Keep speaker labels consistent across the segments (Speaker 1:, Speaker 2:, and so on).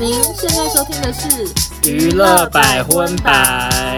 Speaker 1: 您现在收听的是《
Speaker 2: 娱乐百分百》。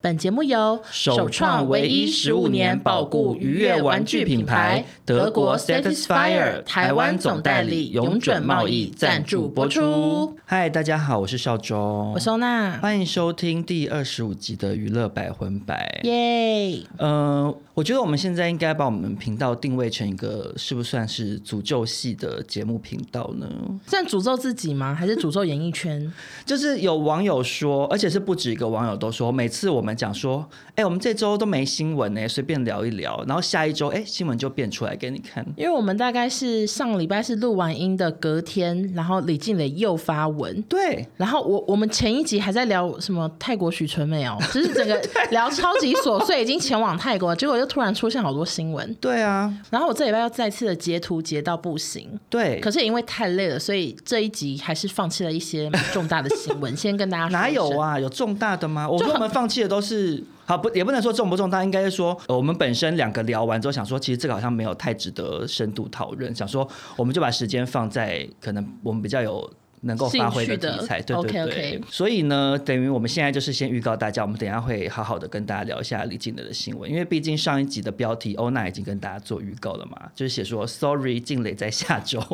Speaker 3: 本节目由
Speaker 2: 首创唯一十五年保固愉悦玩具品牌德国 Satisfyer 台湾总代理永准贸易赞助播出。嗨，大家好，我是邵忠，
Speaker 3: 我收纳，
Speaker 2: 欢迎收听第二十五集的娱乐百分百。
Speaker 3: 耶！
Speaker 2: 呃，我觉得我们现在应该把我们频道定位成一个是不是算是诅咒系的节目频道呢？
Speaker 3: 算诅咒自己吗？还是诅咒演艺圈？
Speaker 2: 就是有网友说，而且是不止一个网友都说，每次我们讲说，哎、我们这周都没新闻呢、哎随便聊一聊，然后下一周，哎、新闻就变出来给你看。
Speaker 3: 因为我们大概是上礼拜是录完音的隔天，然后李静蕾又发文。
Speaker 2: 对，
Speaker 3: 然后我我们前一集还在聊什么泰国许纯 美哦，就是整个聊超级琐碎，已经前往泰国，结果又突然出现好多新闻。
Speaker 2: 对啊，
Speaker 3: 然后我这礼拜又再次的截图截到不行，
Speaker 2: 对。
Speaker 3: 可是也因为太累了，所以这一集还是放弃了一些蛮重大的新 闻，先跟大家说
Speaker 2: 哪有
Speaker 3: 声
Speaker 2: 啊？有重大的吗？我说我们放弃的都是好不，也不能说重不重大，应该是说、呃我们本身两个聊完之后，想说其实这个好像没有太值得深度讨论，想说我们就把时间放在可能我们比较有。能够发挥
Speaker 3: 兴趣的
Speaker 2: 题材，对对对
Speaker 3: OK，OK
Speaker 2: 所以呢，等于我们现在就是先预告大家，我们等一下会好好的跟大家聊一下李静蕾的新闻，因为毕竟上一集的标题欧娜已经跟大家做预告了嘛，就是写说 Sorry，静蕾在下周。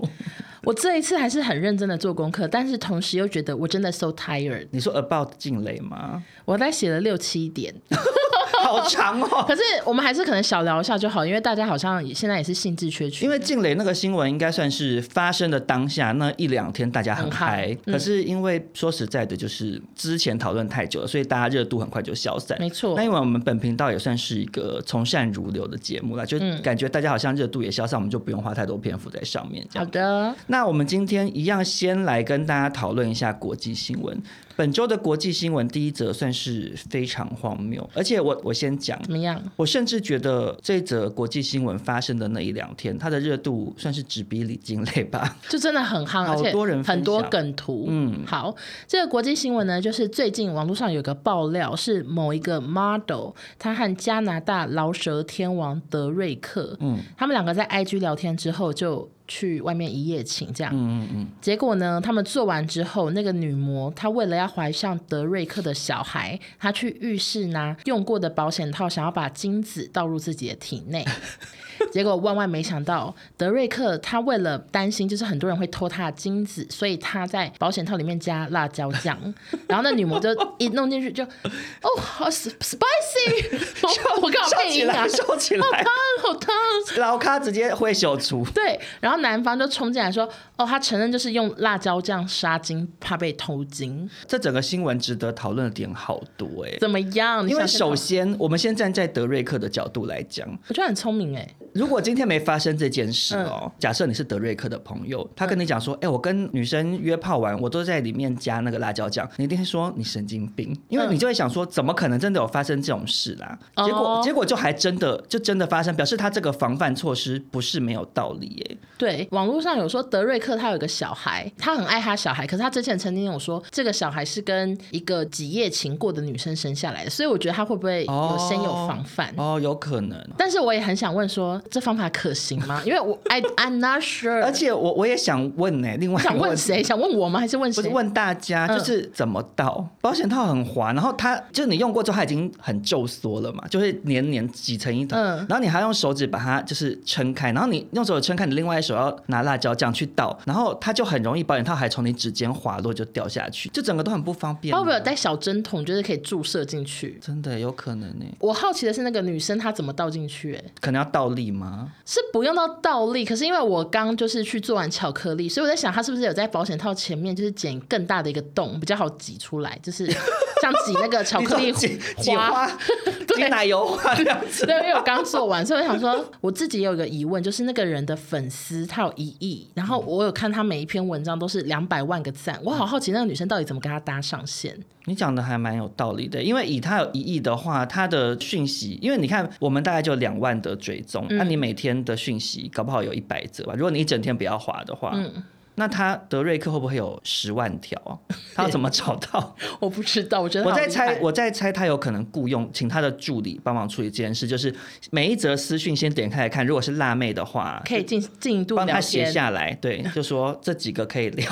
Speaker 3: 我这一次还是很认真的做功课，但是同时又觉得我真的 so tired，
Speaker 2: 你说 About 静蕾吗？
Speaker 3: 我大概写了六七点，
Speaker 2: 哦好长哦，
Speaker 3: 可是我们还是可能小聊一下就好，因为大家好像也现在也是兴致缺缺。
Speaker 2: 因为静蕾那个新闻应该算是发生的当下那一两天大家很
Speaker 3: 很
Speaker 2: 嗨
Speaker 3: 嗨、嗯
Speaker 2: 可是因为说实在的，就是之前讨论太久了，所以大家热度很快就消散。
Speaker 3: 没错
Speaker 2: 那因为我们本频道也算是一个从善如流的节目啦，就
Speaker 3: 嗯
Speaker 2: 感觉大家好像热度也消散，我们就不用花太多篇幅在上面这
Speaker 3: 好
Speaker 2: 样。
Speaker 3: 的，
Speaker 2: 那我们今天一样先来跟大家讨论一下国际新闻。本周的国际新闻第一则算是非常荒谬，而且我我先讲，
Speaker 3: 怎么样？
Speaker 2: 我甚至觉得这则国际新闻发生的那一两天，它的热度算是只比李金磊吧。
Speaker 3: 就真的很夯，
Speaker 2: 好
Speaker 3: 而且
Speaker 2: 多人分享
Speaker 3: 很多梗图。嗯，好，这个国际新闻呢，就是最近网络上有个爆料，是某一个 model，他和加拿大饶舌天王德瑞克，嗯，他们两个在 IG 聊天之后就。去外面一夜情这样，嗯嗯嗯，结果呢，他们做完之后，那个女模她为了要怀上德瑞克的小孩，她去浴室拿用过的保险套，想要把精子倒入自己的体 内，结果万万没想到，德瑞克他为了担心，就是很多人会偷他的精子，所以他在保险套里面加辣椒酱， 然后那女模就一弄进去就，哦，好 spicy，我我刚好
Speaker 2: 笑
Speaker 3: 配
Speaker 2: 起
Speaker 3: 音啊
Speaker 2: 来，，笑起
Speaker 3: 好
Speaker 2: 来
Speaker 3: 烫，好烫。
Speaker 2: 老咖直接会手厨。
Speaker 3: 对，然后男方就冲进来说：“哦，他承认就是用辣椒酱杀精，怕被偷精，
Speaker 2: 这整个新闻值得讨论的点好多哎、
Speaker 3: 怎么样？”你
Speaker 2: 因为
Speaker 3: 想先
Speaker 2: 首
Speaker 3: 讨
Speaker 2: 先，我们先站在德瑞克的角度来讲，
Speaker 3: 我觉得很聪明哎、
Speaker 2: 如果今天没发生这件
Speaker 3: 嗯
Speaker 2: 事哦，假设你是德瑞克的朋友，他跟你讲说，哎、我跟女生约炮完，我都在里面加那个辣椒酱，你一定会说你神经病，因为你就会想说，怎么可能真的有发生这种事啦？
Speaker 3: 哦
Speaker 2: 结果结果就还真的就真的发生，表示他这个防范措施不是没有道理耶、
Speaker 3: 对，网络上有说德瑞克他有一个小孩，他很爱他小孩，可是他之前曾经有说这个小孩是跟一个几夜情过的女生生下来的，所以我觉得他会不会有先有防范？
Speaker 2: 哦，有可能。
Speaker 3: 但是我也很想问说，这方法可行吗？因为我 I I'm not sure。
Speaker 2: 而且我我也想问呢、另外一
Speaker 3: 嗯
Speaker 2: 个
Speaker 3: 想问
Speaker 2: 题
Speaker 3: 谁？想问我吗？还是问
Speaker 2: 不是
Speaker 3: 谁？
Speaker 2: 问大家，
Speaker 3: 嗯
Speaker 2: 就是怎么倒、保险套很滑，然后它就是你用过之后，它已经很皱缩了嘛，就是黏黏挤成一团、
Speaker 3: 嗯
Speaker 2: 然后你还用手指把它就是撑开，然后你用手指撑开，你另外一手要拿辣椒酱去倒，然后它就很容易保险套还从你指尖滑落就掉下去，就整个都很不方便、
Speaker 3: 他
Speaker 2: 啊。
Speaker 3: 会不会有带小针筒，就是可以注射进去？
Speaker 2: 真的有可能呢、欸
Speaker 3: 我好奇的是那个女生她怎么倒进去、欸？
Speaker 2: 可能要倒立吗？
Speaker 3: 是不用到倒立，可是因为我刚就是去做完巧克力，所以我在想，他是不是有在保险套前面就是剪更大的一个洞，比较好挤出来，就是像挤那个巧克力
Speaker 2: 你说挤挤
Speaker 3: 花。
Speaker 2: 花、挤奶油花这样子。
Speaker 3: 对，因为我刚做完，所以我想说，我自己也有一个疑问，就是那个人的粉丝他有一亿，然
Speaker 2: 嗯
Speaker 3: 后我有看他每一篇文章都是两百万个赞，我好好奇那个女生到底怎么跟他搭上线。
Speaker 2: 你讲的还蛮有道理的，因为以他有一亿的话，他的讯息，因为你看我们大概就两万
Speaker 3: 嗯嗯
Speaker 2: 的追踪，那、你每天的讯息搞不好有一百则吧？如果你一整天不要滑的话，那他德瑞克会不会有十万条 啊？他要怎么找到？
Speaker 3: 我不知道，我觉得
Speaker 2: 我
Speaker 3: 他好
Speaker 2: 在
Speaker 3: 厉
Speaker 2: 猜
Speaker 3: 害，
Speaker 2: 我在猜，他有可能雇佣请他的助理帮忙处理这件事，就是每一则私讯先点开来看，如果是辣妹的话，
Speaker 3: 可以进进一步
Speaker 2: 帮
Speaker 3: 聊
Speaker 2: 他写
Speaker 3: 天。
Speaker 2: 下来，对，就说这几个可以 聊，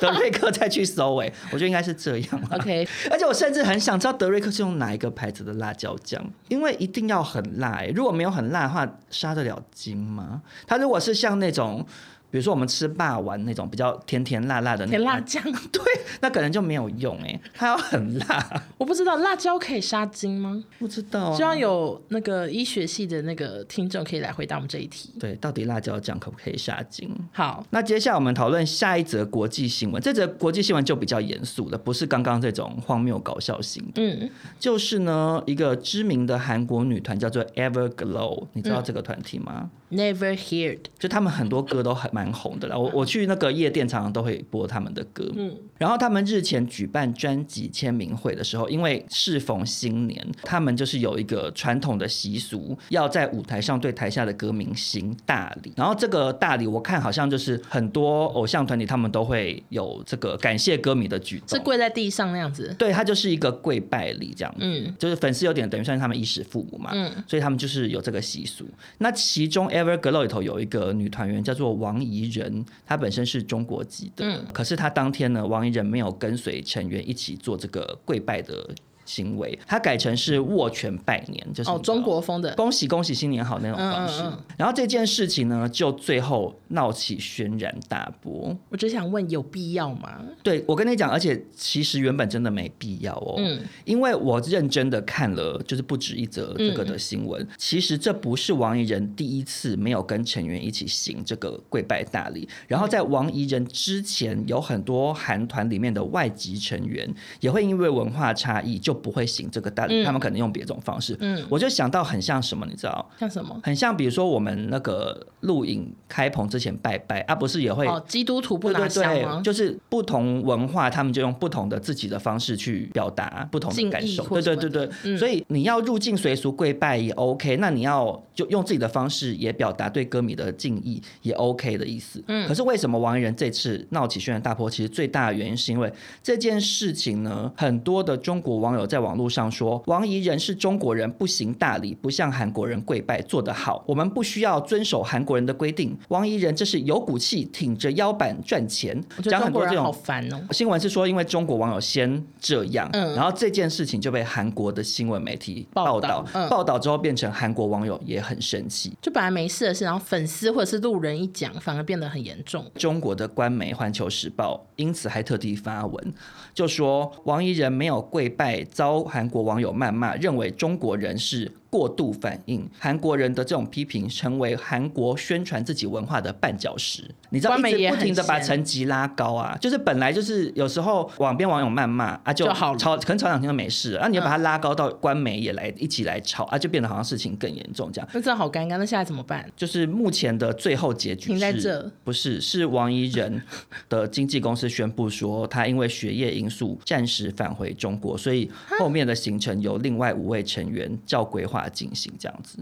Speaker 2: 德瑞克再去收尾，我觉得应该是这样啊。
Speaker 3: OK，
Speaker 2: 而且我甚至很想知道德瑞克是用哪一个牌子的辣椒酱，因为一定要很辣、欸，如果没有很辣的话，杀得了精吗？它如果是像那种，比如说我们吃霸王那种比较甜甜辣辣的那
Speaker 3: 甜
Speaker 2: 种
Speaker 3: 辣，酱，
Speaker 2: 对，那可能就没有用哎、欸，它要很辣，
Speaker 3: 我不知道辣椒可以杀精吗？
Speaker 2: 不知道、啊。
Speaker 3: 希望有那个医学系的那个听众可以来回答我们这一题。
Speaker 2: 对，到底辣椒酱可不可以杀精？
Speaker 3: 好，
Speaker 2: 那接下来我们讨论下一则国际新闻，这则国际新闻就比较严肃了，不是刚刚这种荒谬搞笑型的。
Speaker 3: 嗯，
Speaker 2: 就是呢，一个知名的韩国女团叫做 Everglow，你知道这个团体吗？
Speaker 3: Never Heard，
Speaker 2: 就他们很多歌都很蛮红的啦，我我去那个夜店常常都会播他们的歌。嗯，然后他们日前举办专辑签名会的时候，因为适逢新年，他们就是有一个传统的习俗，要在舞台上对台下的歌迷行大礼。然后这个大礼，我看好像就是很多偶像团体他们都会有这个感谢歌迷的举动，
Speaker 3: 是跪在地上那样子。
Speaker 2: 对，它就是一个跪拜礼这样子。
Speaker 3: 嗯
Speaker 2: 就是粉丝有点等于算是他们衣食父母嘛，
Speaker 3: 嗯
Speaker 2: 所以他们就是有这个习俗。那其中 Everglow 里头有一个女团员叫做王怡人，她本身是中国籍的，
Speaker 3: 嗯
Speaker 2: 可是她当天呢，王怡人没有跟随成员一起做这个跪拜的行为，她改成是握拳拜年，就是
Speaker 3: 哦
Speaker 2: 你，知道
Speaker 3: 中国风的，
Speaker 2: 恭喜恭喜新年好那种方
Speaker 3: 嗯
Speaker 2: 式。
Speaker 3: 嗯嗯
Speaker 2: 然后这件事情呢，就最后闹起轩然大波。
Speaker 3: 我只想问，有必要吗？
Speaker 2: 对，我跟你讲，而且其实原本真的没必要哦，
Speaker 3: 嗯
Speaker 2: 因为我认真的看了，就是不止一则这个的新
Speaker 3: 嗯
Speaker 2: 闻。其实这不是王怡人第一次没有跟成员一起行这个跪拜大礼，然后在王怡人之前，有很多韩团里面的外籍成员也会因为文化差异就不会行这个大礼，
Speaker 3: 嗯
Speaker 2: 他们可能用别种方式。
Speaker 3: 嗯，
Speaker 2: 我就想到很像什么，你知道？
Speaker 3: 像什么？
Speaker 2: 很像，比如说我们那个录影开棚之前拜拜啊，不是也会
Speaker 3: 哦，基督徒不
Speaker 2: 对
Speaker 3: 拿
Speaker 2: 对
Speaker 3: 香
Speaker 2: 对，
Speaker 3: 吗？
Speaker 2: 就是不同文化，他们就用不同的自己的方式去表达不同的感
Speaker 3: 敬意
Speaker 2: 受。
Speaker 3: 或
Speaker 2: 对
Speaker 3: 什
Speaker 2: 对
Speaker 3: 么的
Speaker 2: 对对，
Speaker 3: 嗯
Speaker 2: 所以你要入境随俗跪拜也 OK，那你要就用自己的方式也表达对歌迷的敬意也 OK 的意思。
Speaker 3: 嗯
Speaker 2: 可是为什么王一人这次闹起轩然大波？其实最大的原因是因为这件事情呢，很多的中国网友在网络上说，王怡人是中国人，不行大礼，不向韩国人跪拜，做得好，我们不需要遵守韩国人的规定。王怡人这是有骨气，挺着腰板赚钱
Speaker 3: 我，觉得
Speaker 2: 讲
Speaker 3: 中
Speaker 2: 很
Speaker 3: 国
Speaker 2: 多这
Speaker 3: 人好
Speaker 2: 种。
Speaker 3: 烦哦。
Speaker 2: 新闻是说，因为中国网友先这样，
Speaker 3: 嗯
Speaker 2: 然后这件事情就被韩国的新闻媒体
Speaker 3: 报
Speaker 2: 报
Speaker 3: 道
Speaker 2: 道，
Speaker 3: 嗯
Speaker 2: 报道之后变成韩国网友也很生气，
Speaker 3: 就本来没事的事，然后粉丝或者是路人一讲，反而变得很严重。
Speaker 2: 中国的官媒《环球时报》因此还特地发文，就说王怡人没有跪拜，遭韩国网友谩骂，认为中国人是过度反应，韩国人的这种批评成为韩国宣传自己文化的绊脚石。你知道，
Speaker 3: 官
Speaker 2: 一
Speaker 3: 媒
Speaker 2: 直
Speaker 3: 也
Speaker 2: 不
Speaker 3: 很
Speaker 2: 停的把
Speaker 3: 闲
Speaker 2: 层级拉高啊，就是本来就是有时候网边网友谩骂啊就，
Speaker 3: 就好了嗯
Speaker 2: 吵，可能吵两天就没事了，啊，你要把它拉高到官媒也来一起来吵啊，就变得好像事情更严重这样。
Speaker 3: 那真的好尴尬，那现在怎么办？
Speaker 2: 就是目前的最后结局
Speaker 3: 停在
Speaker 2: 是
Speaker 3: 这，
Speaker 2: 不是是王怡人的经纪公司宣布说，他因为学业因素暂时返回中国，所以后面的行程由另外五位成员照规划进行，这样子。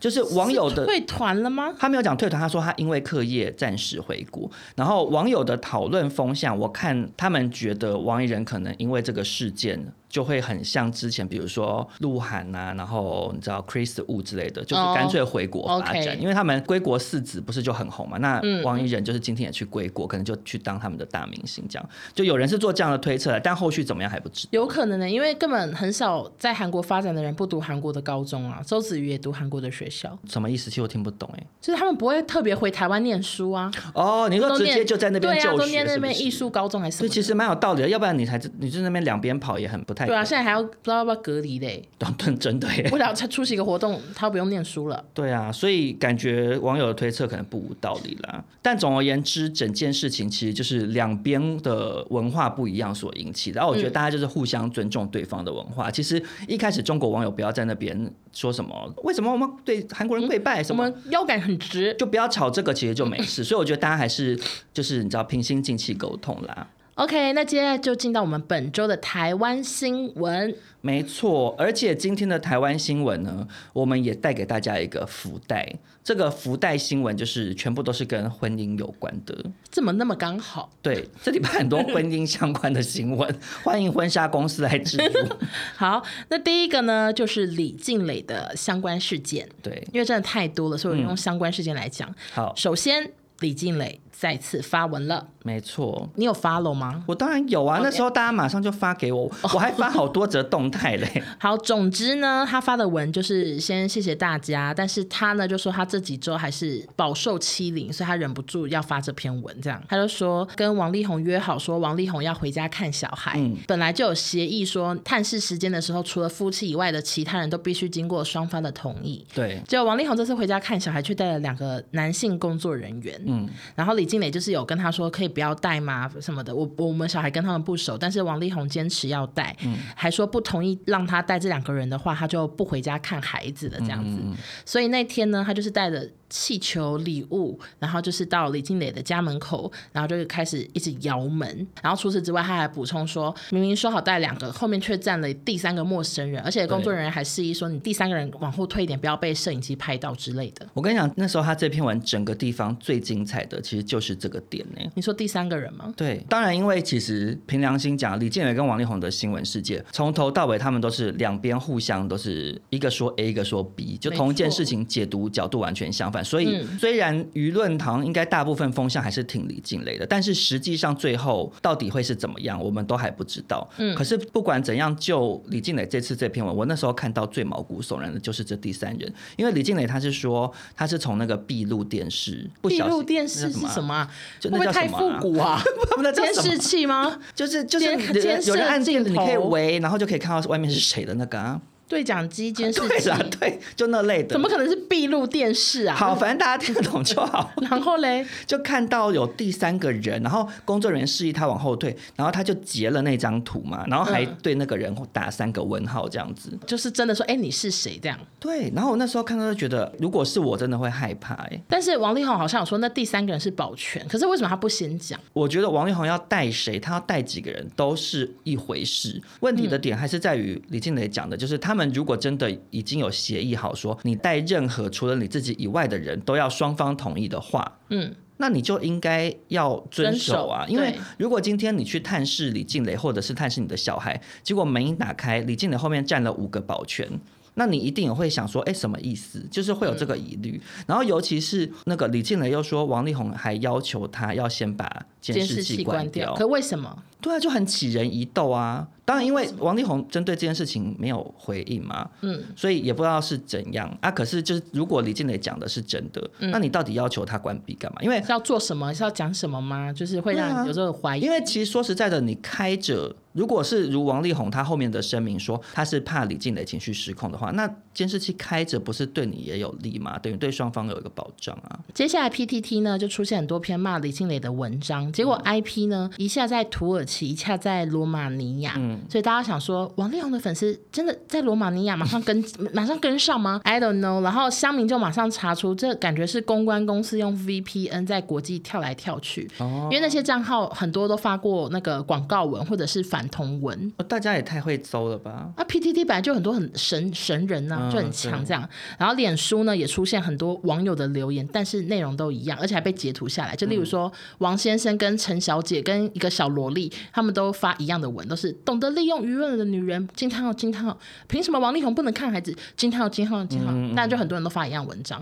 Speaker 2: 就是网友的
Speaker 3: 退团了吗？
Speaker 2: 他没有讲退团，他说他因为课业暂时回国。然后网友的讨论风向，我看他们觉得王一人可能因为这个事件。就会很像之前，比如说鹿晗啊，然后你知道 Chris Wu 之类的，就是干脆回国发展
Speaker 3: 哦 OK
Speaker 2: 因为他们归国四子不是就很红嘛？那
Speaker 3: 嗯
Speaker 2: 王一人就是今天也去归国，可能就去当他们的大明星这样。就有人是做这样的推测的，但后续怎么样还不知道。
Speaker 3: 有可能呢、因为根本很少在韩国发展的人不读韩国的高中啊。周子瑜也读韩国的学校，
Speaker 2: 什么意思？其实我听不懂哎、
Speaker 3: 就是他们不会特别回台湾念书 啊，
Speaker 2: 哦，你说
Speaker 3: 都
Speaker 2: 直
Speaker 3: 念
Speaker 2: 接就在那边
Speaker 3: 对啊，
Speaker 2: 就
Speaker 3: 都
Speaker 2: 学，
Speaker 3: 念那
Speaker 2: 是不
Speaker 3: 边
Speaker 2: 是
Speaker 3: 艺术高中还是什
Speaker 2: 所
Speaker 3: 么
Speaker 2: 以
Speaker 3: 的？
Speaker 2: 其实蛮有道理的，要不然你才你在那边两边跑也很不太
Speaker 3: 对啊，现在还要不知道要不要隔离嘞、
Speaker 2: 对 真的耶
Speaker 3: 为。了他出席一个活动，他不用念书了。
Speaker 2: 对啊，所以感觉网友的推测可能不无道理啦。但总而言之，整件事情其实就是两边的文化不一样所引起的。然后我
Speaker 3: 嗯
Speaker 2: 觉得大家就是互相尊重对方的文化。其实一开始中国网友不要在那边说什么为什么我们对韩国人跪拜
Speaker 3: 我
Speaker 2: 什么。
Speaker 3: 们腰杆很直
Speaker 2: 就不要吵这个，其实就没事。所以我觉得大家还是就是你知道平心静气沟通啦。
Speaker 3: OK，那接下来就进到我们本周的台湾新闻。
Speaker 2: 没错，而且今天的台湾新闻呢，我们也带给大家一个福袋。这个福袋新闻就是全部都是跟婚姻有关的。
Speaker 3: 怎么那么刚好？
Speaker 2: 对，这里拜很多婚姻相关的新闻， 欢迎婚纱公司来制作。
Speaker 3: 好，那第一个呢，就是李静蕾的相关事件，
Speaker 2: 对，
Speaker 3: 因为真的太多了，所以
Speaker 2: 嗯
Speaker 3: 我用相关事件来讲。
Speaker 2: 好，
Speaker 3: 首先，李静蕾再次发文了，
Speaker 2: 没错。
Speaker 3: 你有 follow 吗？
Speaker 2: 我当然有啊，那时候大家马上就发给我，我还发好多则动态嘞。
Speaker 3: 好，总之呢，他发的文就是先谢谢大家，但是他呢就说他这几周还是饱受欺凌，所以他忍不住要发这篇文，这样他就说跟王力宏约好说王力宏要回家看小孩，
Speaker 2: 嗯
Speaker 3: 本来就有协议说探视时间的时候，除了夫妻以外的其他人都必须经过双方的同意。
Speaker 2: 对，
Speaker 3: 结果王力宏这次回家看小孩，却带了两个男性工作人员。嗯，然后李静蕾就是有跟他说可以不要带吗？什么的。我我们小孩跟他们不熟，但是王力宏坚持要带，还说不同意让他带这两个人的话，他就不回家看孩子了这样子。所以那天呢，他就是带着气球、礼物，然后就是到李静蕾的家门口，然后就开始一直摇门。然后除此之外，他还补充说，明明说好带两个，后面却站了第三个陌生人，而且工作人员还示意说，你第三个人往后退一点，不要被摄影机拍到之类的。
Speaker 2: 我跟你讲，那时候他这篇文整个地方最精彩的，其实就是这个点呢、
Speaker 3: 你说第三个人吗？
Speaker 2: 对，当然，因为其实凭良心讲，李建伟跟王力宏的新闻事件，从头到尾他们都是两边互相都是一个说 A，一个说 B，就同一件事情解读角度完全相反。所以、
Speaker 3: 嗯
Speaker 2: 虽然舆论堂应该大部分风向还是挺李静蕾的，但是实际上最后到底会是怎么样，我们都还不知道。嗯，可是不管怎样，就李静蕾这次这篇文，我那时候看到最毛骨悚然的就是这第三人，因为李静蕾她是说她是从那个闭路电视不
Speaker 3: 闭
Speaker 2: 小
Speaker 3: 路
Speaker 2: 心
Speaker 3: 电视是
Speaker 2: 那
Speaker 3: 什
Speaker 2: 么
Speaker 3: 么啊？
Speaker 2: 就
Speaker 3: 会
Speaker 2: 那
Speaker 3: 不会
Speaker 2: 叫
Speaker 3: 太
Speaker 2: 什么
Speaker 3: 复
Speaker 2: 啊
Speaker 3: 古啊？
Speaker 2: 啊？不，那叫
Speaker 3: 监
Speaker 2: 什么
Speaker 3: 视
Speaker 2: 啊？
Speaker 3: 器吗？
Speaker 2: 就是就是
Speaker 3: 监
Speaker 2: 有人
Speaker 3: 监
Speaker 2: 有人
Speaker 3: 视
Speaker 2: 按键，
Speaker 3: 镜
Speaker 2: 你可以
Speaker 3: 头
Speaker 2: 围，然后就可以看到外面是谁的那 个啊，
Speaker 3: 对讲机监视
Speaker 2: 对
Speaker 3: 器
Speaker 2: 啦，，对，就那类的。
Speaker 3: 怎么可能是闭路电视啊？
Speaker 2: 好，反正大家听得懂就好。
Speaker 3: 然后嘞，
Speaker 2: 就看到有第三个人，然后工作人员示意他往后退，然后他就截了那张图嘛，然后还
Speaker 3: 嗯
Speaker 2: 对那个人打三个问号这样子。
Speaker 3: 就是真的说，哎、你是谁这样？
Speaker 2: 对，然后我那时候看到就觉得，如果是我真的会害怕、欸。
Speaker 3: 但是王力宏好像有说，那第三个人是保全，可是为什么他不先讲？
Speaker 2: 我觉得王力宏要带谁，他要带几个人都是一回事。问题
Speaker 3: 嗯
Speaker 2: 的点还是在于李静蕾讲的，就是他们如果真的已经有协议好说，你带任何除了你自己以外的人都要双方同意的话。
Speaker 3: 嗯，
Speaker 2: 那你就应该要遵守啊，
Speaker 3: 遵守
Speaker 2: 因为
Speaker 3: 对
Speaker 2: 如果今天你去探视李静蕾，或者是探视你的小孩，结果门一打开，李静蕾后面站了五个保全，那你一定也会想说，哎，什么意思？就是会有这个疑虑。然后尤其是那个李静蕾又说，王力宏还要求他要先把监
Speaker 3: 监
Speaker 2: 视
Speaker 3: 视
Speaker 2: 器
Speaker 3: 器
Speaker 2: 关
Speaker 3: 关
Speaker 2: 掉
Speaker 3: 掉，。可为什么？
Speaker 2: 对啊，就很起人疑窦啊。当然，因为王力宏针对这件事情没有回应嘛，
Speaker 3: 嗯，
Speaker 2: 所以也不知道是怎样啊。可是就是如果李静蕾讲的是真的，
Speaker 3: 嗯
Speaker 2: 那你到底要求他关闭干嘛？因为
Speaker 3: 是要做什么？是要讲什么吗？就是会
Speaker 2: 对啊
Speaker 3: 让有时候怀疑。
Speaker 2: 因为其实说实在的，你开着，如果是如王力宏他后面的声明说他是怕李静蕾情绪失控的话，那监视器开着不是对你也有利吗？等于对双方有一个保障啊。
Speaker 3: 接下来 PTT 呢就出现很多篇骂李静蕾的文章，结果 IP 呢一下在土耳其，一下在罗马尼亚，所以大家想说王力宏的粉丝真的在罗马尼亚马上跟 马上跟上吗？I don't know。然后乡民就马上查出，这感觉是公关公司用 VPN 在国际跳来跳去，因为那些账号很多都发过那个广告文或者是反同文。
Speaker 2: 哦大家也太会搜了吧？
Speaker 3: 啊，PTT 本来就很多很神神人呐、
Speaker 2: 嗯
Speaker 3: 就很强这样。然后脸书呢也出现很多网友的留言，但是内容都一样，而且还被截图下来。就例如说，王先生跟陈小姐跟一个小萝莉，他们都发一样的文，都是懂得利用舆论的女人。惊叹号惊叹号，凭什么王力宏不能看孩子？惊叹号惊叹号惊叹号，但就很多人都发一样文章，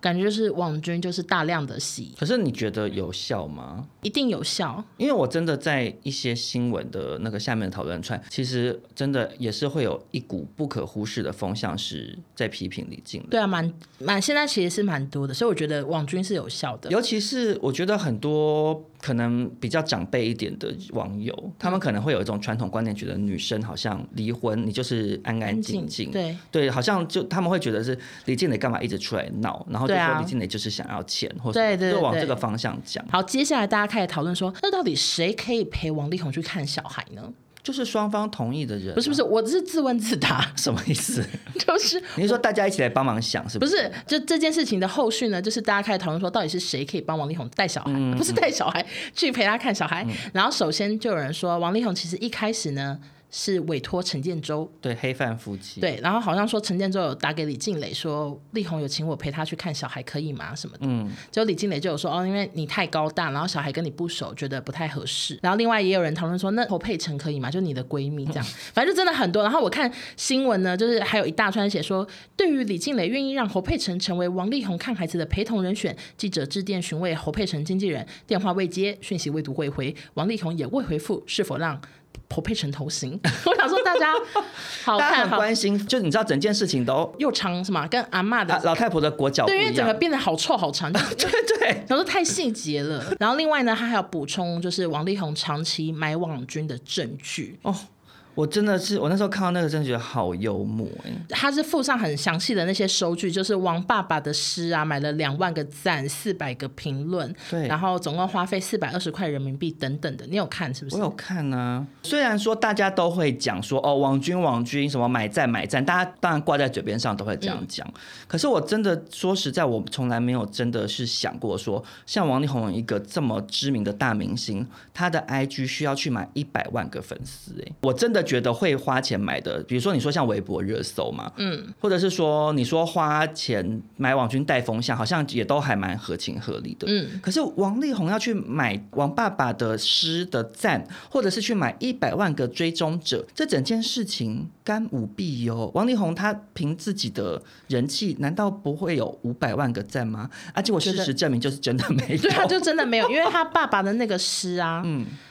Speaker 3: 感觉就是网军就是大量的洗，
Speaker 2: 可是你觉得有效吗？
Speaker 3: 一定有效。
Speaker 2: 因为我真的在一些新闻的那个下面的讨论串，其实真的也是会有一股不可忽视的风向是在批评李静蕾。
Speaker 3: 对啊，蛮蛮现在其实是蛮多的，所以我觉得网军是有效的。
Speaker 2: 尤其是我觉得很多可能比较长辈一点的网友，他们可能会有一种传统观念，觉得女生好像离婚你就是安安静静，
Speaker 3: 对。
Speaker 2: 对，好像就他们会觉得是李静蕾干嘛一直出来闹，然后就
Speaker 3: 对
Speaker 2: 说
Speaker 3: 啊
Speaker 2: 李静蕾就是想要钱，或
Speaker 3: 对
Speaker 2: 者
Speaker 3: 对对
Speaker 2: 就往
Speaker 3: 对
Speaker 2: 这个方向讲。
Speaker 3: 好，接下来大家开始讨论说，那到底谁可以陪王力宏去看小孩呢？
Speaker 2: 就是双方同意的人啊、
Speaker 3: 不是不是，我只是自问自答，
Speaker 2: 什么意思？
Speaker 3: 就是
Speaker 2: 你是说大家一起来帮忙想，是
Speaker 3: 不
Speaker 2: 不是？
Speaker 3: 是就这件事情的后续呢？就是大家开始讨论说，到底是谁可以帮王力宏带小孩，不是带小孩， 去陪他看小孩。然后首先就有人说，王力宏其实一开始呢是委托陈建州。
Speaker 2: 对，黑范夫妻。，
Speaker 3: 对，然后好像说陈建州有打给李静蕾说，力宏有请我陪他去看小孩，可以吗？什么的。
Speaker 2: 嗯，
Speaker 3: 就李静蕾就有说，哦，因为你太高大，然后小孩跟你不熟，觉得不太合适。然后另外也有人讨论说，那侯佩岑可以吗？就你的闺蜜这 样，反正就真的很多。然后我看新闻呢，就是还有一大串写说，对于李静蕾愿意让侯佩岑成为王力宏看孩子的陪同人选，记者致电询问侯佩岑经纪人，电话未接，讯息未读未回，王力宏也未回复是否让。侯佩岑投刑， 我想说大家好
Speaker 2: 大家
Speaker 3: 看
Speaker 2: 很
Speaker 3: 好
Speaker 2: 关心，就你知道整件事情都
Speaker 3: 又长是吗？跟阿嬷的
Speaker 2: 啊，老太婆的裹脚不
Speaker 3: 对，因为
Speaker 2: 一
Speaker 3: 整
Speaker 2: 样
Speaker 3: 个。变得好臭好 长，
Speaker 2: 对对，
Speaker 3: 然后太细节了。然后另外呢，他还有补充，就是王力宏长期买网军的证据，
Speaker 2: 哦，我真的是，我那时候看到那个真的觉得好幽默哎、
Speaker 3: 他是附上很详细的那些收据，就是王爸爸的诗啊，买了两万个赞，四百个评论，
Speaker 2: 对
Speaker 3: 然后总共花费四百二十块人民币等等的，你有看是不是
Speaker 2: 我？有看啊，虽然说大家都会讲说哦，王军王军什么买赞买赞，大家当然挂在嘴边上都会这样讲。可是我真的说实在，我从来没有真的是想过说，像王力宏一个这么知名的大明星，他的 IG 需要去买一百万个粉丝、欸，我真的觉得会花钱买的，比如说你说像微博热搜嘛，嗯，或者是说你说花钱买网军带风向，好像也都还蛮合情合理的，
Speaker 3: 嗯，
Speaker 2: 可是王力宏要去买王爸爸的诗的赞，或者是去买一百万个追踪者，这整件事情干五弊哟。王力宏他凭自己的人气，难道不会有五百万个赞吗？而且我事
Speaker 3: 觉得
Speaker 2: 实证明就是真的没
Speaker 3: 对，他啊
Speaker 2: 有。
Speaker 3: 就真的没有，因为他爸爸的那个诗啊，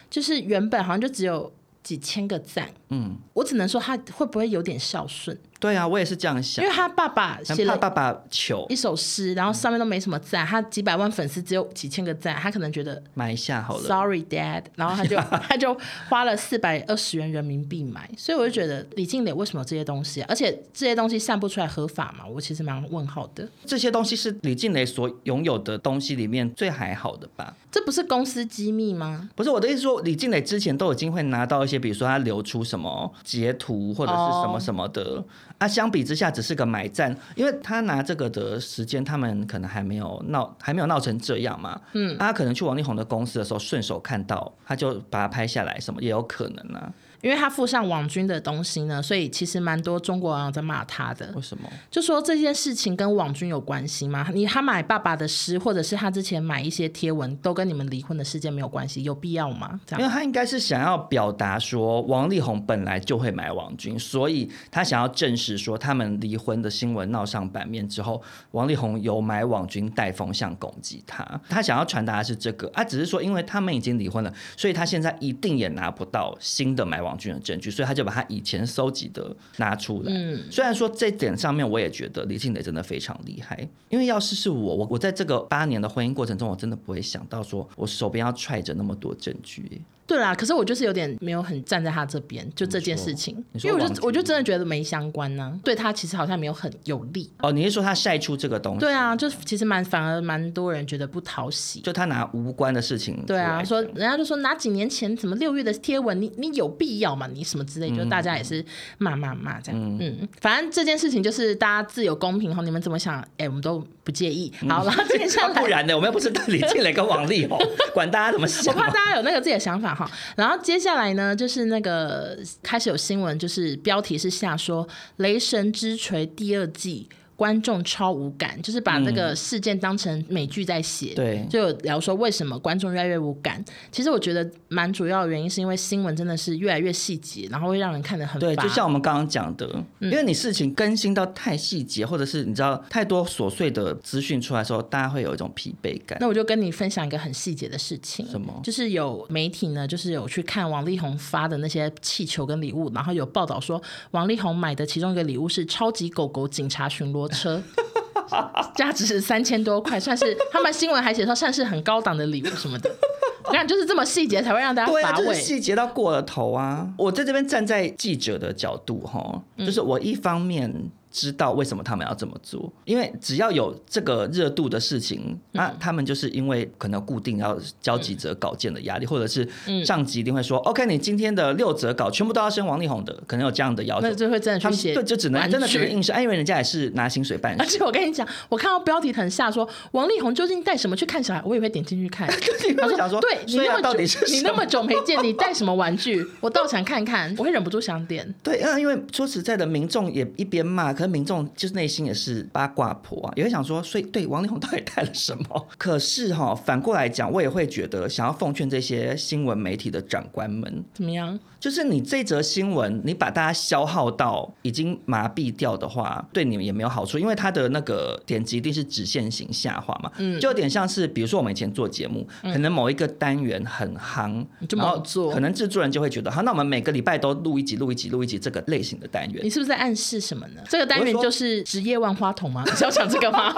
Speaker 3: 就是原本好像就只有几千个赞，
Speaker 2: 嗯，
Speaker 3: 我只能说他会不会有点孝顺，
Speaker 2: 对啊，我也是这样
Speaker 3: 因
Speaker 2: 想
Speaker 3: 为，他爸爸写
Speaker 2: 很
Speaker 3: 了
Speaker 2: 怕爸爸糗
Speaker 3: 一首诗，然后上面都没什么赞，他几百万粉丝只有几千个赞，他可能觉得
Speaker 2: 买一下好了。
Speaker 3: Sorry Dad，然后他 就 他就花了四百二十元人民币买，所以我就觉得李静蕾为什么有这些东西啊、而且这些东西散布出来合法吗？我其实蛮问号的，
Speaker 2: 这些东西是李静蕾所拥有的东西里面最还好的吧？
Speaker 3: 这不是公司机密吗？
Speaker 2: 不是我的意思说，李静蕾之前都已经会拿到一些，比如说她流出什么截图或者是什么什么的、啊。相比之下，只是个买赞，因为她拿这个的时间，他们可能还没有闹，还没有闹成这样嘛。嗯，啊，可能去王力宏的公司的时候，顺手看到，他就把它拍下来，什么也有可能啊。
Speaker 3: 因为他附上网军的东西呢，所以其实蛮多中国网友在骂他的
Speaker 2: 为，什么？
Speaker 3: 就说这件事情跟网军有关系吗？你他买爸爸的诗，或者是他之前买一些贴文，都跟你们离婚的事件没有关系，有必要吗？这
Speaker 2: 因
Speaker 3: 样
Speaker 2: 为他应该是想要表达说，王力宏本来就会买网军，所以他想要证实说，他们离婚的新闻闹上版面之后，王力宏有买网军带风向攻击他。他想要传达的是这个，啊，只是说因为他们已经离婚了，所以他现在一定也拿不到新的买网军的证据，所以他就把他以前搜集的拿出来。
Speaker 3: 嗯
Speaker 2: 虽然说这点上面，我也觉得李静蕾真的非常厉害，因为要是是我，我我在这个八年的婚姻过程中，我真的不会想到说我手边要揣着那么多证据、欸
Speaker 3: 对啦，可是我就是有点没有很站在他这边，就这件事情，
Speaker 2: 你
Speaker 3: 因
Speaker 2: 说
Speaker 3: 为我
Speaker 2: 网
Speaker 3: 就
Speaker 2: 军
Speaker 3: 我就真的觉得没相关呢、对他其实好像没有很有利。
Speaker 2: 哦，你是说他晒出这个东西？
Speaker 3: 对，啊，就是其实蛮反而蛮多人觉得不讨喜。
Speaker 2: 就他拿无关的事情出
Speaker 3: 对啊，
Speaker 2: 来
Speaker 3: 说
Speaker 2: 讲
Speaker 3: 人家就说哪几年前怎么六月的贴文，你你有必要吗？你什么之类，就
Speaker 2: 嗯
Speaker 3: 大家也是骂骂骂这样。嗯，反正这件事情就是大家自有公平哈，你们怎么想？哎、我们都不介意。好，然后接下来
Speaker 2: 嗯 不然呢？我们又不是李静蕾跟王 力宏，管大家怎么
Speaker 3: 我
Speaker 2: 想
Speaker 3: 怕大家有那个自己的想法哈。然后接下来呢，就是那个开始有新闻，就是标题是下说《雷神之锤》第二季。观众超无感，就是把那个事件当成美剧在写，
Speaker 2: 嗯对
Speaker 3: 就有聊说为什么观众越来越无感。其实我觉得蛮主要的原因是因为新闻真的是越来越细节，然后会让人看得很
Speaker 2: 对，
Speaker 3: 乏
Speaker 2: 就像我们刚刚讲的，
Speaker 3: 嗯
Speaker 2: 因为你事情更新到太细节，或者是你知道太多琐碎的资讯出来的时候，大家会有一种疲惫感。
Speaker 3: 那我就跟你分享一个很细节的事情，
Speaker 2: 什么
Speaker 3: 就是有媒体呢，就是有去看王力宏发的那些气球跟礼物，然后有报道说王力宏买的其中一个礼物是超级狗狗警察巡逻车。 价值是三千多块，算是他们新闻还写说算是很高档的礼物什么的。 我看就是这么细节才会让大家
Speaker 2: 对啊，
Speaker 3: 乏
Speaker 2: 就是
Speaker 3: 味。
Speaker 2: 细节到
Speaker 3: 嗯
Speaker 2: 过了头啊！我在这边站在记者的角度哈，就是我一方面知道为什么他们要这么做，因为只要有这个热度的事情，那、
Speaker 3: 嗯
Speaker 2: 他们就是因为可能固定要交几则稿件的压力，或者是
Speaker 3: 嗯
Speaker 2: 上级一定会说、o k 你今天的六则稿全部都要升王力宏的，可能有这样的要求
Speaker 3: 那，就会真的
Speaker 2: 他
Speaker 3: 去
Speaker 2: 们
Speaker 3: 写，啊
Speaker 2: 对就只能真的只能硬。是，哎因为人家也是拿薪水办
Speaker 3: 而
Speaker 2: 事
Speaker 3: 且。我跟你讲，我看到标题很吓说，王力宏究竟带什么去看小孩，我也会点进去 看。
Speaker 2: 你
Speaker 3: 他
Speaker 2: 会想说，
Speaker 3: 对你
Speaker 2: 所以
Speaker 3: 那
Speaker 2: 啊
Speaker 3: 么
Speaker 2: 到
Speaker 3: 久
Speaker 2: 底是
Speaker 3: 你
Speaker 2: 什
Speaker 3: 那
Speaker 2: 么
Speaker 3: 么久没见，你带什么玩 具？我倒想看看，我会忍不住想点。
Speaker 2: 对，那因为说实在的，民众也一边骂，可是民众就是内心也是八卦婆啊，也会想说，所以对王力宏到底带了什么？可是哈、反过来讲，我也会觉得想要奉劝这些新闻媒体的长官们，
Speaker 3: 怎么样？
Speaker 2: 就是你这则新闻，你把大家消耗到已经麻痹掉的话，对你们也没有好处，因为它的那个点击一定是直线型下滑嘛，
Speaker 3: 嗯
Speaker 2: 就有点像是比如说我们以前做节目，可能某一个单元很夯，
Speaker 3: 你就
Speaker 2: 然后
Speaker 3: 猛做
Speaker 2: 可能制作人就会觉得，好，那我们每个礼拜都录一集，录一集，录一集这个类型的单元
Speaker 3: 你，是不是在暗示什么呢？这个单
Speaker 2: 我是
Speaker 3: 元
Speaker 2: 说
Speaker 3: 就是职业万花筒吗？你是要讲这个 吗？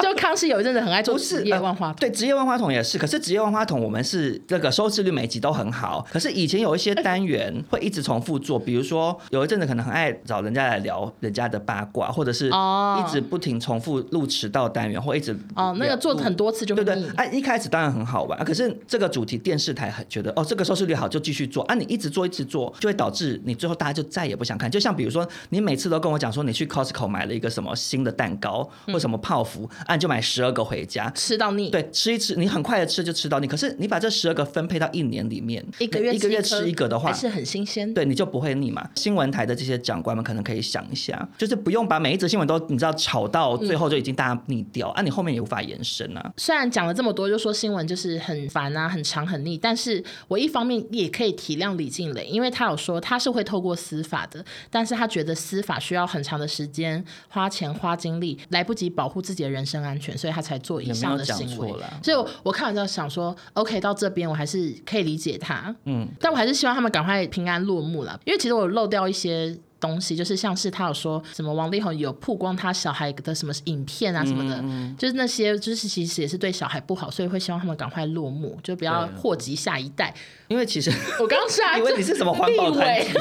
Speaker 3: 就康熙有一阵子很爱做
Speaker 2: 不是
Speaker 3: 职业万花
Speaker 2: 呃
Speaker 3: 筒，
Speaker 2: 对，职业万花筒也是。可是职业万花筒，我们是那个收视率每集都很好。可是以前有一些单元会一直重复做，比如说有一阵子可能很爱找人家来聊人家的八卦，或者是
Speaker 3: 哦
Speaker 2: 一直不停重复录迟到单元，或一直
Speaker 3: 哦，那个做
Speaker 2: 录
Speaker 3: 很多次就
Speaker 2: 对
Speaker 3: 会
Speaker 2: 不对
Speaker 3: 腻。？
Speaker 2: 啊，一开始当然很好玩，啊可是这个主题电视台很觉得哦，这个收视率好就继续做啊，你一直做一直做，就会导致你最后大家就再也不想看。就像比如说，你每次都跟我讲说你去 Costco 买了一个什么新的蛋糕
Speaker 3: 嗯
Speaker 2: 或什么泡芙，啊，你就买十二个回家。
Speaker 3: 吃到腻，
Speaker 2: 对，吃一吃，你很快的吃就吃到你。可是你把这十二个分配到一年里面，
Speaker 3: 一个月
Speaker 2: 一个月
Speaker 3: 颗
Speaker 2: 吃一个的话
Speaker 3: 还，是很新鲜。
Speaker 2: 对，你就不会腻嘛。新闻台的这些长官们可能可以想一下，就是不用把每一则新闻都你知道炒到最后就已经大家腻掉、啊，你后面也无法延伸啊。
Speaker 3: 虽然讲了这么多，就说新闻就是很烦啊、很长很腻，但是我一方面也可以体谅李静蕾，因为她有说她是会透过司法的，但是她觉得司法需要很长的时间、花钱、花精力，来不及保护自己的人身安全，所以她才做以上的行
Speaker 2: 也没
Speaker 3: 为
Speaker 2: 有讲错啦。
Speaker 3: 所以我，我看完之后想说，OK，到这边我还是可以理解她，嗯，但我还是希望他们赶快平安落幕了，因为其实我漏掉一些。东西就是像是他有说什么王力宏有曝光他小孩的什么影片啊什么的，
Speaker 2: 嗯
Speaker 3: 就是那些就是其实也是对小孩不好，所以会希望他们赶快落幕，就不要祸及下一代。
Speaker 2: 因为其实
Speaker 3: 我刚刚是啊，
Speaker 2: 啊以为你是什么环保
Speaker 3: 立
Speaker 2: 团
Speaker 3: 委
Speaker 2: 体，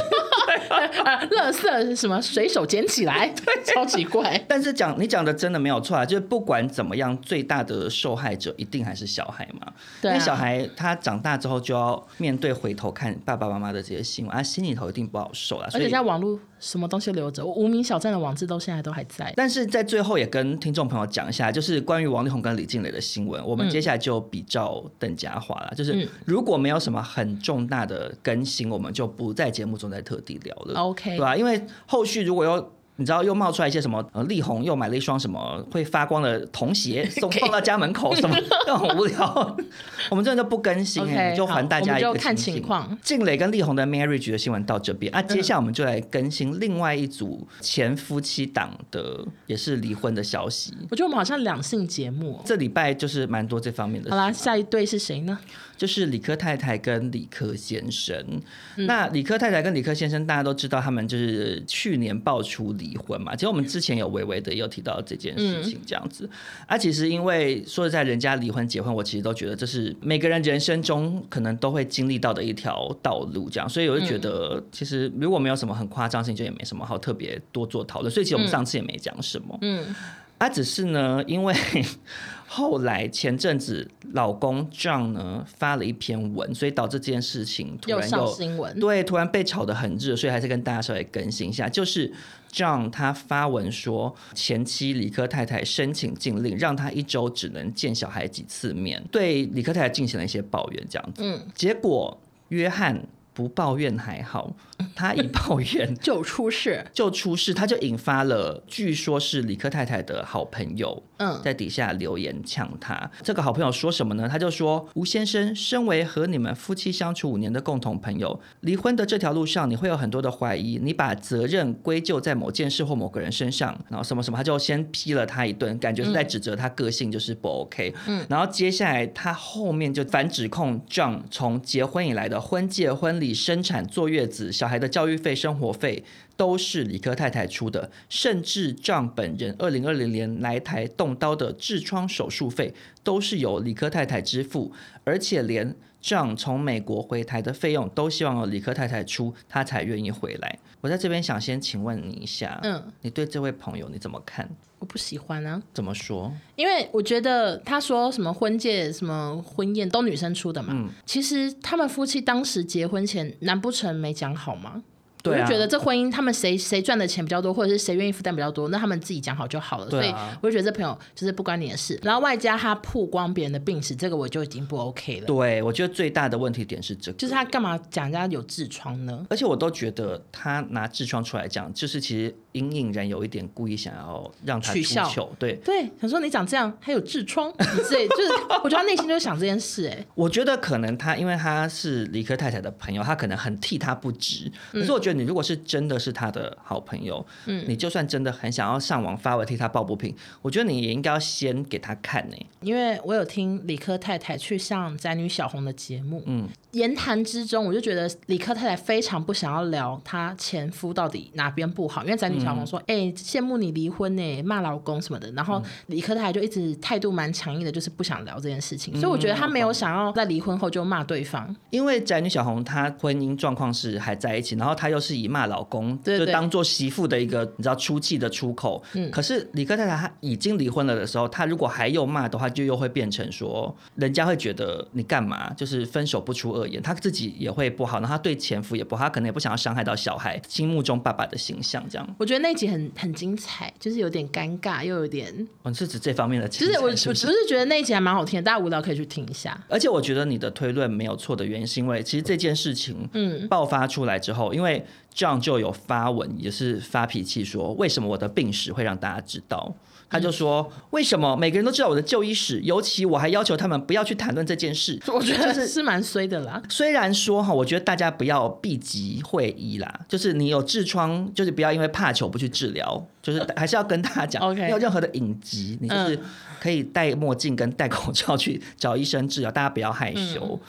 Speaker 3: 呃，垃圾什么随手捡起来，
Speaker 2: 啊
Speaker 3: 超奇怪。
Speaker 2: 但是讲你讲的真的没有错啊，就是不管怎么样，最大的受害者一定还是小孩嘛。
Speaker 3: 对啊
Speaker 2: 因为小孩他长大之后就要面对回头看爸爸妈妈的这些新闻，啊，心里头一定不好受啊。
Speaker 3: 而
Speaker 2: 所
Speaker 3: 且
Speaker 2: 以
Speaker 3: 在网络什么东西留着，我无名小站的网址都现在都还在。
Speaker 2: 但是在最后也跟听众朋友讲一下，就是关于王力宏跟李静蕾的新
Speaker 3: 嗯
Speaker 2: 闻，我们接下来就比照邓家华了。就是如果没有什么很重大的更新，我们就不在节目中再特地聊了。
Speaker 3: OK
Speaker 2: 对啊吧、因为后续如果有。你知道又冒出来一些什么？呃，力宏又买了一双什么会发光的童鞋，送放到家门口，什么那很无聊。 我们真的就不更新、欸
Speaker 3: OK，
Speaker 2: 就还大
Speaker 3: 好
Speaker 2: 家一
Speaker 3: 我
Speaker 2: 个
Speaker 3: 们就看
Speaker 2: 清醒
Speaker 3: 情况。嗯
Speaker 2: 静蕾跟力宏的 marriage 的新闻到这边啊，接下来我们就来更新另外一组前夫妻档的也是离婚的消息。
Speaker 3: 我觉得我们好像两性节目哦。
Speaker 2: 这礼拜就是蛮多这方面的
Speaker 3: 好
Speaker 2: 事，
Speaker 3: 啦，下一对是谁呢？
Speaker 2: 就是理科太太跟理科先生。
Speaker 3: 嗯
Speaker 2: 那理科太太跟理科先生，大家都知道他们就是去年爆出离婚嘛。其实我们之前有微微的也有提到这件事
Speaker 3: 嗯
Speaker 2: 情，这样子。啊，其实因为说实在，人家离婚结婚，我其实都觉得这是每个人人生中可能都会经历到的一条道路，这样。所以我就觉
Speaker 3: 嗯
Speaker 2: 得，其实如果没有什么很夸张的事情，就也没什么好特别多做讨论。所以其实我们上次也没讲什么，
Speaker 3: 嗯，
Speaker 2: 啊，只是呢，因为 后来前阵子老公 John 呢发了一篇文，所以导致这件事情突
Speaker 3: 又
Speaker 2: 然
Speaker 3: 上
Speaker 2: 又
Speaker 3: 新闻。
Speaker 2: 对，突然被炒得很热，所以还是跟大家稍微更新一下，就是 John 他发文说，前妻理科太太申请禁令，让他一周只能见小孩几次面，对理科太太进行了一些抱怨，这样子。
Speaker 3: 嗯，。
Speaker 2: 结果约翰不抱怨还好，他一抱怨
Speaker 3: 就出事。
Speaker 2: 就出事，他就引发了，据说是理科太太的好朋友
Speaker 3: 嗯，
Speaker 2: 在底下留言呛他。这个好朋友说什么呢？他就说：“吴先生，身为和你们夫妻相处五年的共同朋友，离婚的这条路上，你会有很多的怀疑，你把责任归咎在某件事或某个人身上，然后什么什么，他就先批了他一顿，感觉是在指责他个性就是不 OK。嗯，然后接下来他后面就反指控 John 从结婚以来的婚戒、婚礼、生产、坐月子、小孩的教育费、生活费。”都是理科太太出的，甚至丈本人二零二零年来台动刀的痔疮手术费都是由理科太太支付，而且连 John 从美国回台的费用都希望由李克太太出，他才愿意回来。我在这边想先请问你一下，
Speaker 3: 嗯，
Speaker 2: 你对这位朋友你怎么看？
Speaker 3: 我不喜欢啊，
Speaker 2: 怎么说？
Speaker 3: 因为我觉得他说什么婚戒、什么婚宴都女生出的嘛，
Speaker 2: 嗯
Speaker 3: 其实他们夫妻当时结婚前，难不成没讲好吗？
Speaker 2: 对
Speaker 3: 我
Speaker 2: 啊，
Speaker 3: 就觉得这婚姻他们谁谁赚的钱比较多，或者是谁愿意负担比较多，那他们自己讲好就好了。所
Speaker 2: 对
Speaker 3: 以
Speaker 2: 啊
Speaker 3: 我就觉得这朋友就是不关你的事。然后外加他曝光别人的病史，这个我就已经不 OK 了。
Speaker 2: 对我觉得最大的问题点是这个，
Speaker 3: 就是他干嘛讲人家有痔疮呢？
Speaker 2: 而且我都觉得他拿痔疮出来讲，就是其实隐隐然有一点故意想要让他
Speaker 3: 取
Speaker 2: 出
Speaker 3: 笑
Speaker 2: 糗。对，
Speaker 3: 对，想说你长这样还有痔疮之类，就是我觉得他内心就是想这件事、哎，
Speaker 2: 我觉得可能他因为他是理科太太的朋友，他可能很替他不值。可是我觉得你如果是真的是他的好朋友，嗯，你就算真的很想要上网发文替他抱不平，我觉得你也应该要先给他看呢、
Speaker 3: 因为我有听理科太太去上宅女小红的节目，嗯，言谈之中我就觉得理科太太非常不想要聊她前夫到底哪边不好，因为宅女小红说，哎、羡慕你离婚呢、欸骂老公什么的，然后理科太太就一直态度蛮强硬的，就是不想聊这件事情，所以我觉得她没有想要在离婚后就骂对方，
Speaker 2: 因为宅女小红她婚姻状况是还在一起，然后她又是以骂老公，
Speaker 3: 对对嗯
Speaker 2: 就当做媳妇的一个你知道出气的出口。可是李克太太她已经离婚了的时候，她如果还有骂的话，就又会变成说，人家会觉得你干嘛？就是分手不出恶言，她自己也会不好，然后她对前夫也不好，她可能也不想要伤害到小孩心目中爸爸的形象这样。
Speaker 3: 我觉得那集很很精彩，就是有点尴尬又有点，
Speaker 2: 哦，你是指这方面的
Speaker 3: 就
Speaker 2: 情
Speaker 3: 是
Speaker 2: 感
Speaker 3: 我我
Speaker 2: 是
Speaker 3: 只
Speaker 2: 不是？
Speaker 3: 是觉得那一集还蛮好听的，大家无聊可以去听一下。
Speaker 2: 而且我觉得你的推论没有错的原因，是因为其实这件事情，
Speaker 3: 嗯
Speaker 2: 嗯，爆发出来之后，因为 John 就有发文，也是发脾气说，为什么我的病史会让大家知道？他就说，为什么每个人都知道我的就医史？尤其我还要求他们不要去谈论这件事。
Speaker 3: 我觉得
Speaker 2: 就是
Speaker 3: 是蛮衰的啦。
Speaker 2: 虽然说哈，我觉得大家不要避疾讳医啦，就是你有痔疮，就是不要因为怕糗不去治疗，就是还是要跟大家讲，
Speaker 3: OK
Speaker 2: 没有任何的隐疾，你就是可以戴墨镜跟戴口罩去找医生治疗，大家不要害羞。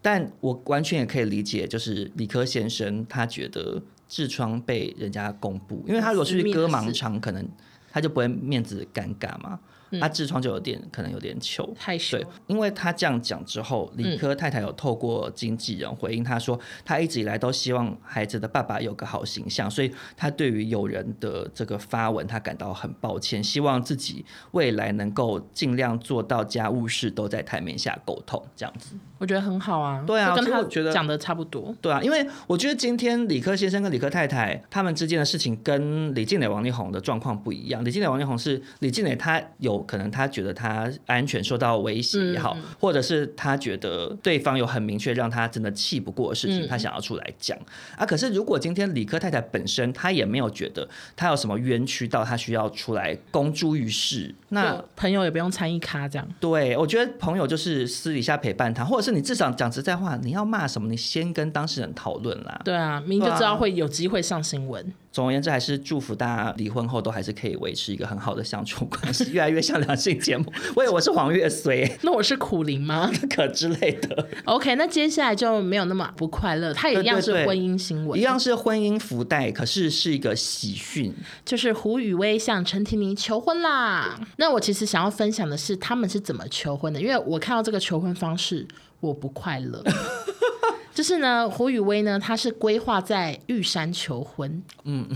Speaker 2: 但我完全也可以理解，就是理科先生他觉得痔疮被人家公布，因为他如果是去割盲肠，可能他就不会面子尴尬嘛，他痔疮就有点可能有点糗。
Speaker 3: 害羞
Speaker 2: 对，因为他这样讲之后，理科太太有透过经纪人回应他说，他一直以来都希望孩子的爸爸有个好形象，所以他对于友人的这个发文，他感到很抱歉，希望自己未来能够尽量做到家务事都在台面下沟通这样子。
Speaker 3: 我觉得很好啊。
Speaker 2: 对啊
Speaker 3: 就跟
Speaker 2: 所以
Speaker 3: 他
Speaker 2: 我觉得
Speaker 3: 讲的差不多。
Speaker 2: 对啊，因为我觉得今天理科先生跟理科太太他们之间的事情跟李静蕾、王力宏的状况不一样。李静蕾、王力宏是李静蕾，她有可能她觉得她安全受到威胁也好，或者是她觉得对方有很明确让她真的气不过的事情，她想要出来讲啊。可是如果今天理科太太本身她也没有觉得她有什么冤屈到她需要出来公诸于世，那
Speaker 3: 就朋友也不用参与咖这样。
Speaker 2: 对，我觉得朋友就是私底下陪伴他，或者是你至少讲实在话，你要骂什么，你先跟当事人讨论啦。
Speaker 3: 对啊，明明就
Speaker 2: 对啊
Speaker 3: 知道会有机会上新闻。
Speaker 2: 总而言之，还是祝福大家离婚后都还是可以维持一个很好的相处关系，越来越像两性节目。我以为我是黄月虽
Speaker 3: 那我是苦灵吗
Speaker 2: 可之类的，
Speaker 3: ？OK，那接下来就没有那么不快乐，它也一样
Speaker 2: 对对
Speaker 3: 是
Speaker 2: 对
Speaker 3: 婚姻新闻，
Speaker 2: 一样是婚姻福袋，可是是一个喜讯。
Speaker 3: 就是胡宇威向陈婷妮求婚啦。那我其实想要分享的是他们是怎么求婚的，因为我看到这个求婚方式，我不快乐。 就是呢，胡宇威呢，他是规划在玉山求婚，嗯，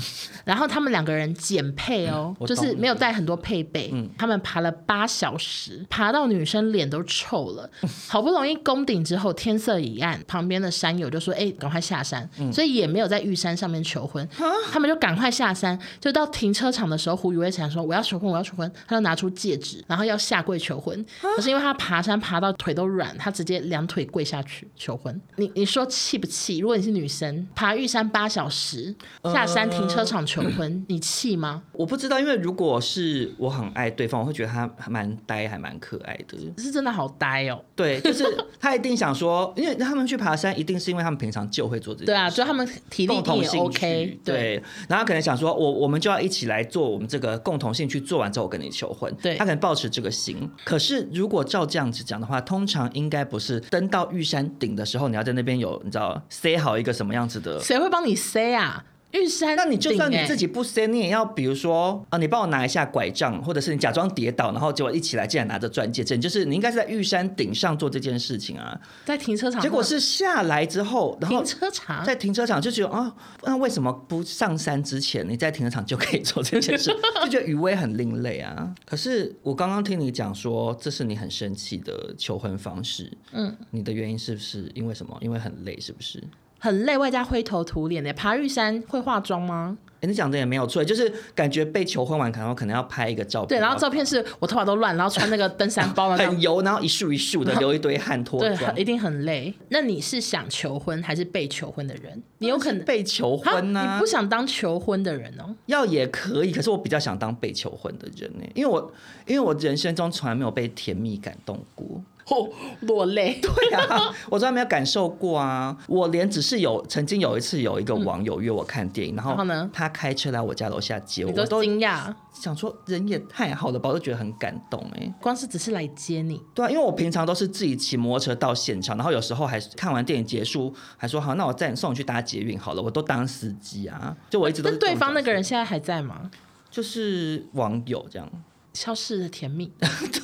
Speaker 3: 然后他们两个人减配哦，
Speaker 2: 嗯我
Speaker 3: 就
Speaker 2: 懂
Speaker 3: 是没有带很多配备，他们爬了八小时，爬到女生脸都臭了，好不容易攻顶之后，天色已暗，旁边的山友就说：“哎、赶快下山。所以也没有在玉山上面求婚，他们就赶快下山，就到停车场的时候，胡宇威想说：“我要求婚，我要求婚。”他就拿出戒指，然后要下跪求婚，可是因为他爬山爬到腿都软，他直接两腿跪下去求婚。你你说气不气？如果你是女生，爬玉山八小时，下山停车场求婚，你气吗？
Speaker 2: 我不知道，因为如果是我很爱对方，我会觉得他还蛮呆，还蛮可爱的。
Speaker 3: 是真的好呆哦。
Speaker 2: 对，就是他一定想说，因为他们去爬山，一定是因为他们平常就会做这件事。
Speaker 3: 对啊，就他们体力
Speaker 2: 共
Speaker 3: 定
Speaker 2: 同
Speaker 3: 也
Speaker 2: 兴趣
Speaker 3: OK，对，
Speaker 2: 对，然后他可能想说，我我们就要一起来做我们这个共同兴趣，做完之后我跟你求婚，
Speaker 3: 对
Speaker 2: 他可能抱持这个心。可是如果照这样子讲的话，通常应该不是登到玉山顶的时候，你要在那边有你知道塞好一个什么样子的。
Speaker 3: 谁会帮你塞啊？玉山顶欸、
Speaker 2: 那你就算你自己不塞，你也要比如说啊，你帮我拿一下拐杖，或者是你假装跌倒，然后结果一起来竟然拿着钻戒，这就是你应该是在玉山顶上做这件事情啊。
Speaker 3: 在停车场，
Speaker 2: 结果是下来之后，然后
Speaker 3: 停车场
Speaker 2: 在停车场就觉得啊，那为什么不上山之前你在停车场就可以做这件 事？就觉得余威很另类啊。可是我刚刚听你讲说，这是你很生气的求婚方式，嗯，你的原因是不是因为什么？因为很累，是不是？
Speaker 3: 很累，外加灰头土脸的。爬玉山会化妆吗？
Speaker 2: 欸、你讲的也没有错，就是感觉被求婚完，可能可能要拍一个照片。
Speaker 3: 对，然后照片是我头发都乱，然后穿那个登山包， 然
Speaker 2: 很油，然后一束一束的流一堆汗脱
Speaker 3: 对，
Speaker 2: 妆。
Speaker 3: 一定很累。那你是想求婚还是被求婚的人？你有可能
Speaker 2: 被求婚呢、
Speaker 3: 啊？你不想当求婚的人哦、
Speaker 2: 要也可以，可是我比较想当被求婚的人呢、因为我因为我人生中从来没有被甜蜜感动过。
Speaker 3: 哦，落 泪。
Speaker 2: 对啊， 我从来没有感受过啊！我连只是有曾经有一次有一个网友约我看电影，然
Speaker 3: 嗯然后
Speaker 2: 后
Speaker 3: 呢
Speaker 2: 他开车来我家楼下接我，
Speaker 3: 你
Speaker 2: 我
Speaker 3: 都
Speaker 2: 都
Speaker 3: 惊讶，
Speaker 2: 想说人也太好了吧，我都觉得很感动哎、
Speaker 3: 光是只是来接你，
Speaker 2: 对啊，因为我平常都是自己骑摩托车到现场，然后有时候还是看完电影结束，还说好，那我再送你去搭捷运好了，我都当司机啊，就我一直都
Speaker 3: 那
Speaker 2: 是这种
Speaker 3: 呃对方那个人
Speaker 2: 角
Speaker 3: 现在还在吗？
Speaker 2: 色就是网友这样，
Speaker 3: 消逝的甜蜜。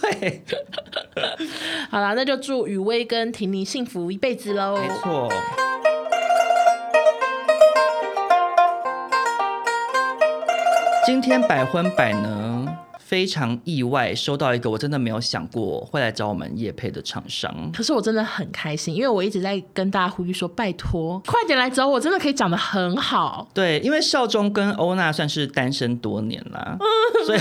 Speaker 2: 对，
Speaker 3: 好啦，那就祝雨薇跟婷妮幸福一辈子喽。
Speaker 2: 没错。今天百分百呢，非常意外收到一个我真的没有想过会来找我们叶配的厂商。
Speaker 3: 可是我真的很开心，因为我一直在跟大家呼吁说，拜托，快点来找我，真的可以讲的很好。
Speaker 2: 对，因为少中跟欧娜算是单身多年啦， 所以。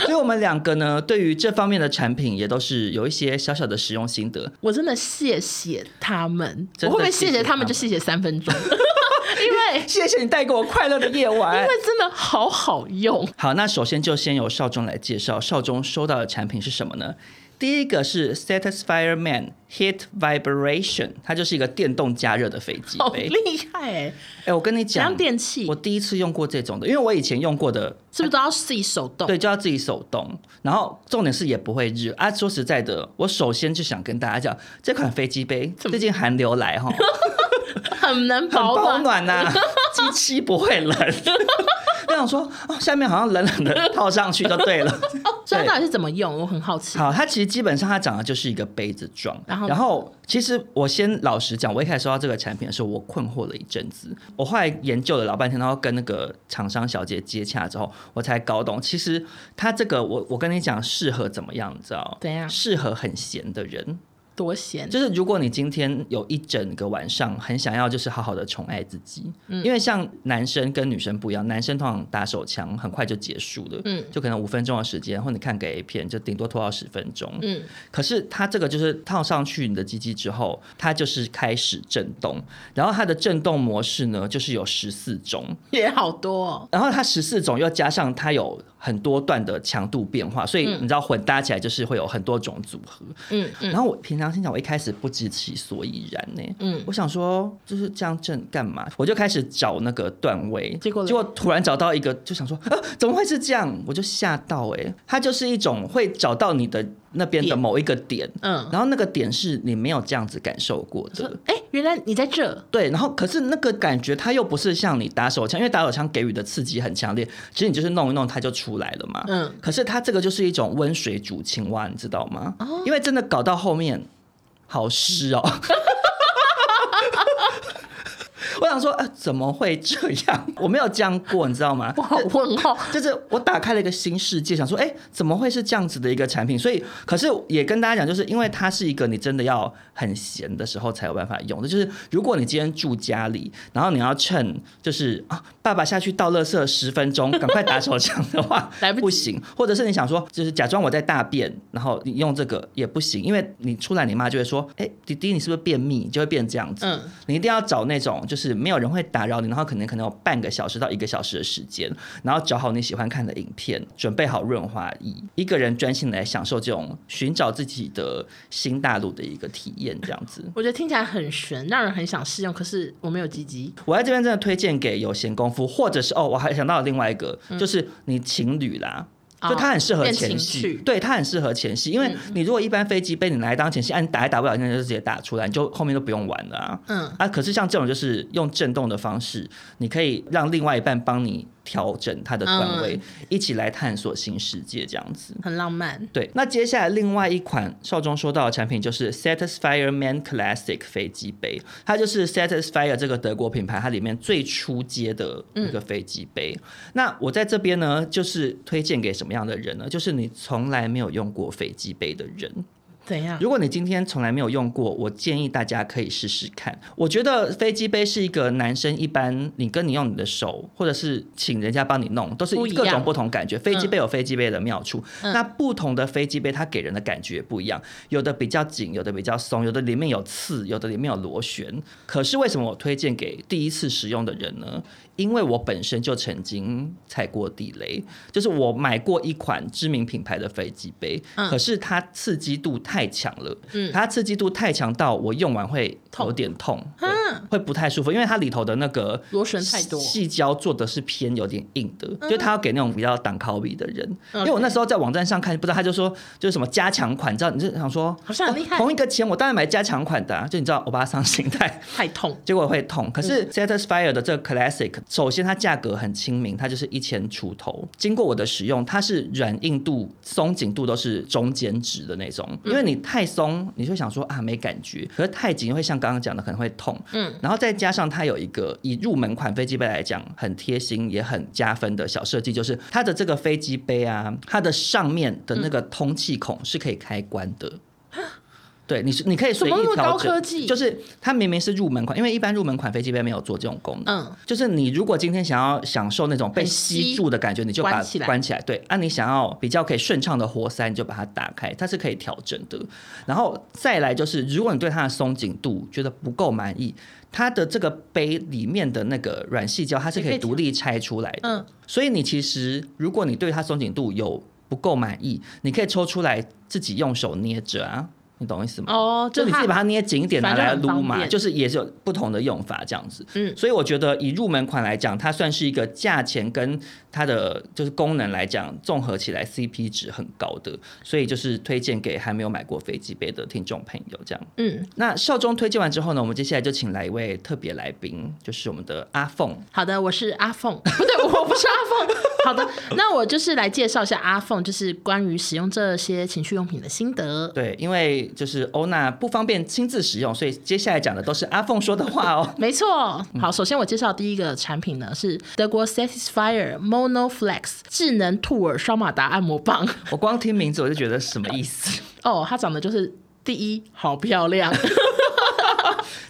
Speaker 2: 所以我们两个呢，对于这方面的产品也都是有一些小小的使用心得。
Speaker 3: 我真的谢谢他们，
Speaker 2: 真的
Speaker 3: 我会不会
Speaker 2: 谢
Speaker 3: 谢
Speaker 2: 谢
Speaker 3: 谢他
Speaker 2: 他们
Speaker 3: 们就谢谢三分钟？ 因为因
Speaker 2: 谢谢你带给我快乐的夜晚
Speaker 3: 为。真的好好用，
Speaker 2: 好，那首先就先由少中来介绍少中收到的产品是什么呢？第一个是 Satisfier Man Heat Vibration，它就是一个电动加热的飞机
Speaker 3: 好
Speaker 2: 杯。
Speaker 3: 厉害哎、
Speaker 2: 哎、我跟你
Speaker 3: 怎
Speaker 2: 讲
Speaker 3: 样，电器
Speaker 2: 我第一次用过这种的，因为我以前用过的
Speaker 3: 是不是都要自己手动？
Speaker 2: 对，就要自己手动。然后重点是也不会热啊。说实在的，我首先就想跟大家讲，这款飞机杯最近寒流 来哈，
Speaker 3: 很能啊
Speaker 2: 很啊
Speaker 3: 保
Speaker 2: 保
Speaker 3: 暖。
Speaker 2: 暖呐、机器不会冷。 我想说，哦，下面好像冷 冷的，套上去就对了。
Speaker 3: 所以它到底是怎么用？我很好奇。
Speaker 2: 好，它其实基本上它长得就是一个杯子状。
Speaker 3: 然后呢
Speaker 2: 其实我先老实讲，我一开始收到这个产品的时候，我困惑了一阵子。我后来研究了老半天，然后跟那个厂商小姐接洽之后，我才搞懂，其实它这个我我跟你讲适合怎么样，你知道？
Speaker 3: 怎样
Speaker 2: 适合很闲的人，
Speaker 3: 多咸，
Speaker 2: 就是如果你今天有一整个晚上很想要，就是好好的宠爱自己，
Speaker 3: 嗯
Speaker 2: 因为像男生跟女生不一样，男生通常打手枪很快就结束了，
Speaker 3: 嗯
Speaker 2: 就可能五分钟的时间，或你看个 A 片就顶多拖到十分钟，
Speaker 3: 嗯，
Speaker 2: 可是它这个就是套上去你的鸡鸡之后，它就是开始震动，然后它的震动模式呢，就是有十四种，
Speaker 3: 也好多、哦。
Speaker 2: 然后它十四种又加上它有很多段的强度变化，所以你知道混搭起来就是会有很多种组合。
Speaker 3: 嗯
Speaker 2: 然后我平常心想，我一开始不知其所以然呢、
Speaker 3: 嗯
Speaker 2: 我想说就是这样震干嘛？我就开始找那个段位，
Speaker 3: 结果嘞
Speaker 2: 结果突然找到一个，就想说啊，怎么会是这样？我就吓到哎、它就是一种会找到你的那边的
Speaker 3: 点
Speaker 2: 某一个点，
Speaker 3: 嗯，
Speaker 2: 然后那个点是你没有这样子感受过的。
Speaker 3: 哎、原来你在 这，
Speaker 2: 对，然后可是那个感觉，它又不是像你打手枪，因为打手枪给予的刺激很强烈，其实你就是弄一弄它就出来了嘛。
Speaker 3: 嗯
Speaker 2: 可是它这个就是一种温水煮青蛙，你知道吗？因为真的搞到后面好湿哦。 我想说，呃，怎么会这样？我没有这样过，你知道吗？
Speaker 3: 我好问号。
Speaker 2: 就是我打开了一个新世界，想说，哎、怎么会是这样子的一个产品？所以，可是也跟大家讲，就是因为它是一个你真的要很闲的时候才有办法用的。就是如果你今天住家里，然后你要趁就是啊，爸爸下去倒垃圾十分钟，赶快打手枪的话
Speaker 3: ，来不及
Speaker 2: 不行。或者是你想说，就是假装我在大便，然后你用这个也不行，因为你出来，你妈就会说，哎、弟弟，你是不是便秘？就会变这样子。
Speaker 3: 嗯
Speaker 2: 你一定要找那种就是没有人会打扰你，然后可能可能有半个小时到一个小时的时间，然后找好你喜欢看的影片，准备好润滑液，一个人专心来享受这种寻找自己的新大陆的一个体验，这样子。
Speaker 3: 我觉得听起来很悬，让人很想试用，可是我没有鸡鸡。
Speaker 2: 我在这边真的推荐给有闲工夫，或者是哦，我还想到另外一个，就是你情侣啦，就它很适合
Speaker 3: 嗯变
Speaker 2: 前
Speaker 3: 情
Speaker 2: 戏
Speaker 3: 趣，嗯
Speaker 2: 对，它很适合前戏，因为你如果一般飞机杯你拿来当前戏，啊，你打也打不了，那就直接打出来，你就后面都不用玩了啊。
Speaker 3: 嗯
Speaker 2: 啊，可是像这种就是用震动的方式，你可以让另外一半帮你调整它
Speaker 3: 嗯
Speaker 2: 的段位，一起来探索新世界这样子。
Speaker 3: 很浪漫。
Speaker 2: 对，那接下来另外一款少中说到的产品就是 Satisfyer Man Classic 飞机杯，它就是 Satisfyer 这个德国品牌它里面最初阶的一个飞机杯。那我在这边呢，就是推荐给什么样的人呢？就是你从来没有用过飞机杯的人。
Speaker 3: 怎样？
Speaker 2: 如果你今天从来没有用过，我建议大家可以试试看。我觉得飞机杯是一个男生一般，你跟你用你的手，或者是请人家帮你弄，都是
Speaker 3: 不一样嗯
Speaker 2: 各种不同感觉。飞机杯有飞机杯的妙处，那不同的飞机杯它给人的感觉也不一样，有的比较紧，有的比较松，有的里面有刺，有的里面有螺旋。可是为什么我推荐给第一次使用的人呢？因为我本身就曾经踩过地雷，就是我买过一款知名品牌的飞机杯，
Speaker 3: 嗯
Speaker 2: 可是它刺激度太强了，
Speaker 3: 嗯
Speaker 2: 它刺激度太强到我用完会
Speaker 3: 痛
Speaker 2: 有点痛，对
Speaker 3: 啊
Speaker 2: 会不太舒服，因为它里头的那个
Speaker 3: 螺旋太多嗯
Speaker 2: 细胶做的是偏有点硬的，就它要给那种比较挡靠比的人。因
Speaker 3: OK
Speaker 2: 为我那时候在网站上看，不知道他就说就是什么加强款，你知道你就想说
Speaker 3: 好像很厉害
Speaker 2: 哦同一个钱我当然买加强款的啊、就你知道欧巴桑心态。
Speaker 3: 太痛。
Speaker 2: 结果会
Speaker 3: 嗯
Speaker 2: 痛。可是 Satisfyer 的这个 Classic，首先它价格很亲民，它就是一千出头。经过我的使用，它是软硬度、松紧度都是中间值的那种。
Speaker 3: 嗯
Speaker 2: 因为你太松，你就想说啊没感觉；可是太紧，会像刚刚讲的可能会痛。
Speaker 3: 嗯
Speaker 2: 嗯，然后再加上它有一个以入门款飞机杯来讲，很贴心也很加分的小设计，就是它的这个飞机杯啊，它的上面的那个通气孔是可以开关的。对，你是你可以随意
Speaker 3: 怎嗯么那么
Speaker 2: 调
Speaker 3: 高
Speaker 2: 整，
Speaker 3: 科技
Speaker 2: 就是它明明是入门款，因为一般入门款飞机杯没有做这种功能。
Speaker 3: 嗯，
Speaker 2: 就是你如果今天想要享受那种被
Speaker 3: 很吸
Speaker 2: 吸住的感觉，你就把
Speaker 3: 关
Speaker 2: 它
Speaker 3: 起来
Speaker 2: 关起来。对，啊，你想要比较可以顺畅的活塞，你就把它打开，它是可以调整的。然后再来就是，如果你对它的松紧度觉得不够满意，它的这个杯里面的那个软细胶，它是可
Speaker 3: 也可以
Speaker 2: 以
Speaker 3: 调
Speaker 2: 独立拆出来的。
Speaker 3: 嗯，
Speaker 2: 所以你其实如果你对它松紧度有不够满意，你可以抽出来自己用手捏着啊，你懂我意思吗？
Speaker 3: 哦，
Speaker 2: 就你自
Speaker 3: 它
Speaker 2: 己把它捏紧一点拿
Speaker 3: 反正
Speaker 2: 来
Speaker 3: 很方
Speaker 2: 撸嘛，
Speaker 3: 便
Speaker 2: 就是也是有不同的用法这样子。
Speaker 3: 嗯
Speaker 2: 所以我觉得以入门款来讲，它算是一个价钱跟它的就是功能来讲，综合起来 CP 值很高的，所以就是推荐给还没有买过飞机杯的听众朋友这样。
Speaker 3: 嗯，
Speaker 2: 那少中推荐完之后呢，我们接下来就请来一位特别来宾，就是我们的阿凤。
Speaker 3: 好的，我是阿凤，不对，我不是阿凤。 好的，那我就是来介绍一下阿凤，就是关于使用这些情趣用品的心得。
Speaker 2: 对，因为就是欧娜不方便亲自使用，所以接下来讲的都是阿凤说的话哦。
Speaker 3: 没错，好，首先我介绍第一个产品呢是德国 Satisfyer Monoflex 智能兔耳烧马达按摩棒。
Speaker 2: 我光听名字我就觉得什么意思？
Speaker 3: 哦，它长得就是第一，好漂亮。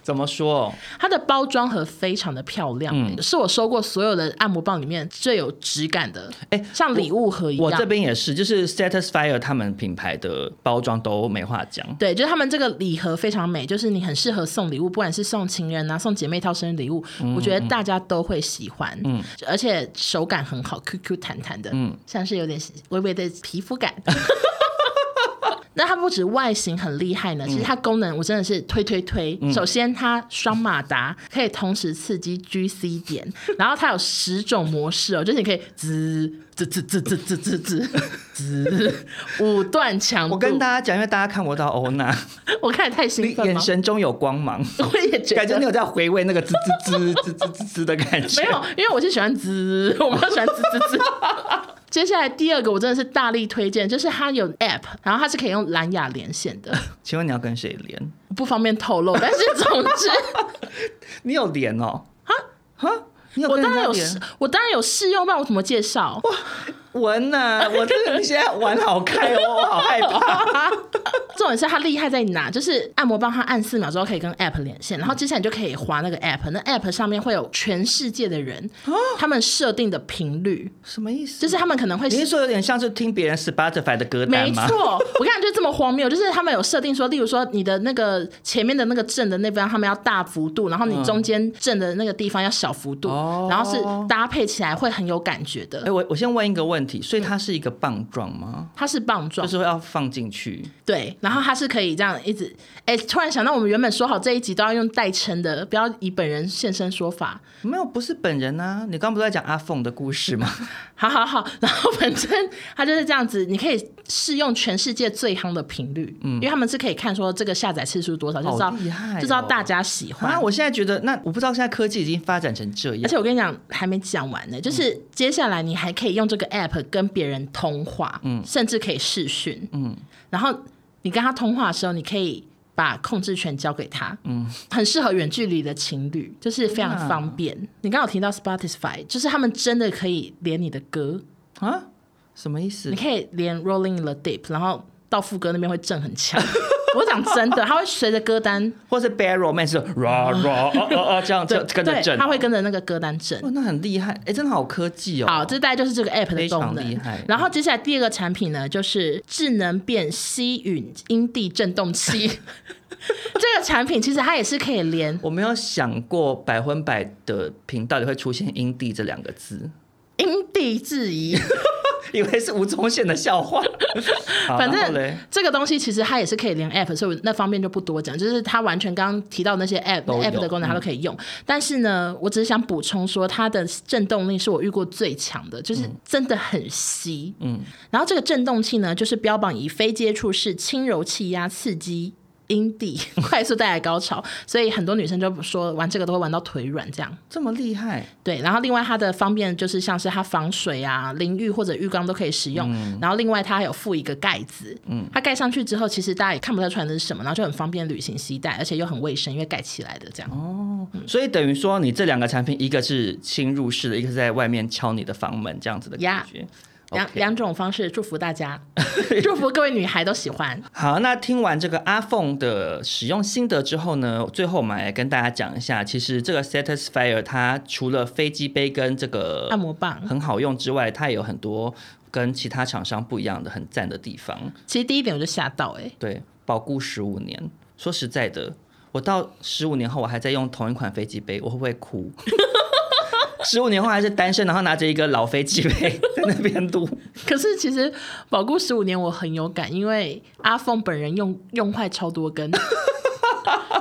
Speaker 2: 怎么说？
Speaker 3: 它的包装盒非常的漂亮、
Speaker 2: 嗯
Speaker 3: 是我收过所有的按摩棒里面最有质感的，
Speaker 2: 哎
Speaker 3: 像礼物盒一
Speaker 2: 我这
Speaker 3: 样。
Speaker 2: 边也是，就是 Satisfyer 他们品牌的包装都没话讲。
Speaker 3: 对，就是他们这个礼盒非常美，就是你很适合送礼物，不管是送情人啊、送姐妹套生日礼物，
Speaker 2: 嗯
Speaker 3: 我觉得大家都会喜欢。嗯，而且手感很好，Q Q 弹弹的，嗯，像是有点微微的皮肤感。 那它不止外形很厉害呢，其实
Speaker 2: 嗯
Speaker 3: 它功能我真的是推推推。首先，它双马达可以同时刺激 GC 点，然后它有十种模式哦，就是你可以滋滋滋滋滋滋滋滋滋五段强度。
Speaker 2: 我跟大家讲，因为大家看不到欧娜，
Speaker 3: 我看得太
Speaker 2: 你
Speaker 3: 兴奋
Speaker 2: 眼
Speaker 3: 吗？
Speaker 2: 神中有光 芒，
Speaker 3: 我也觉
Speaker 2: 感觉
Speaker 3: 得
Speaker 2: 你有在回味那个滋滋滋滋滋滋滋的感 觉。
Speaker 3: 没有，因为我是喜欢滋， 我比较喜欢滋滋滋。 接下来第二个我真的是大力推荐，就是它有 app，然后它是可以用蓝牙连线的，
Speaker 2: 请问你要跟谁连？
Speaker 3: 不方便透露，但是总 之
Speaker 2: 你有连哦？哈哈，你有
Speaker 3: 我
Speaker 2: 跟
Speaker 3: 当
Speaker 2: 人
Speaker 3: 然
Speaker 2: 家
Speaker 3: 有
Speaker 2: 连
Speaker 3: 试，我当然有试用，不然我怎么介 绍？
Speaker 2: 文呐、啊我这个你现在玩好开哦，我好害怕。
Speaker 3: 啊重点是它厉害在哪？就是按摩棒，它按四秒之后可以跟 App 连
Speaker 2: 嗯
Speaker 3: 线，然后接下来你就可以滑那个 App，那 App 上面会有全世界的人，
Speaker 2: 哦
Speaker 3: 他们设定的频率，
Speaker 2: 什么意思？
Speaker 3: 就是他们可能会
Speaker 2: 你是说有点像是听别人 Spotify 的歌单
Speaker 3: 没
Speaker 2: 吗？
Speaker 3: 错，我看就这么荒谬，就是他们有设定说，例如说你的那个前面的那个正的那边，他们要大幅度，然后你中间正的那个地方要小幅度，
Speaker 2: 哦
Speaker 3: 然后是搭配起来会很有感觉
Speaker 2: 哎、
Speaker 3: 的。
Speaker 2: 我我先问一个问题，所以它是一个棒状吗？
Speaker 3: 嗯它是棒状，
Speaker 2: 就是要放进去，
Speaker 3: 对，然后他是可以这样一直，哎、突然想到我们原本说好这一集都要用代称的，不要以本人现身说法。
Speaker 2: 没有，不是本人啊！你刚不是在讲阿凤的故 事吗？
Speaker 3: 好好好，然后反正他就是这样子，你可以试用全世界最夯的频率，因为他们是可以看说这个下载次数多少，就知道、
Speaker 2: 好厉害哦
Speaker 3: 就知道大家喜欢。
Speaker 2: 啊，我现在觉得，那我不知道现在科技已经发展成这
Speaker 3: 而
Speaker 2: 样
Speaker 3: 且，我跟你讲，还没讲完呢，就是接下来你还可以用这个 app 跟别人通话，甚至可以视讯，
Speaker 2: 嗯
Speaker 3: 然后你跟他通话的时候，你可以把控制权交给他，嗯，很适合远距离的情侣，就是非常方便。你刚刚有提到 Spotify，就是他们真的可以连你的歌，
Speaker 2: 啊，什么意思
Speaker 3: 你？可以连 Rolling in the Deep，然后到副歌那边会震很强。 我讲真的，它会随着歌单，
Speaker 2: 或是 Barrel Man 是 ra ra 哦哦哦这样就跟着
Speaker 3: 对，
Speaker 2: 震，
Speaker 3: 它会跟着那个歌单震
Speaker 2: 哇，。那很厉害，哎，真的好科技哦。
Speaker 3: 好，这大概就是这个 app 的功
Speaker 2: 非常厉害
Speaker 3: 能。然后接下来第二个产品呢，就是智能变吸吮阴蒂震动 器。这个产品其实它也是可以连
Speaker 2: 我没有想过百分百的频道里会出现阴蒂这两个字，
Speaker 3: 因地制宜，
Speaker 2: 以为是吴宗宪的 笑话。好
Speaker 3: 反
Speaker 2: 然后
Speaker 3: 正
Speaker 2: 嘞
Speaker 3: 这个东西其实它也是可以连 app，所以我那方面就不多讲，就是它完全刚刚提到那些 app
Speaker 2: 都有嗯
Speaker 3: app 的功能它都可以用。但是呢，我只是想补充说，它的震动力是我遇过最强的，就是
Speaker 2: 嗯
Speaker 3: 真的很吸。嗯，然后这个震动器呢，就是标榜以非接触式轻柔气压刺激。阴 蒂快速带来高潮，所以很多女生就说玩这个都会玩到腿软这样。
Speaker 2: 这么厉害，
Speaker 3: 对，然后另外它的方便就是像是它防水啊、淋浴或者浴缸都可以使用，然后另外它还有附一个盖子，嗯，它盖上去之后，其实大家也看不太出来那是什么，然后就很方便旅行携带，而且又很卫生，因为盖起来的这样。
Speaker 2: 所以等于说你这两个产品，一个是侵入式的，一个是在外面敲你的房门这样子的感觉。
Speaker 3: 两
Speaker 2: OK
Speaker 3: 两种方式祝福大家，祝福各位女孩都喜欢。
Speaker 2: 好，那听完这个 iPhone 的使用心得之后呢，最后我们来跟大家讲一下，其实这个 Satisfier 它除了飞机杯跟这个
Speaker 3: 按摩棒
Speaker 2: 很好用之外，它也有很多跟其他厂商不一样的很赞的地方。
Speaker 3: 其实第一点我就吓到哎、欸
Speaker 2: 对，保固十五年。说实在的，我到十五年后我还在用同一款飞机杯，我会不会哭？ 十五年后还是单身，然后拿着一个老飞机杯 在那边录。
Speaker 3: 可是其实保固十五年我很有感，因为阿凤本人用用坏超多根，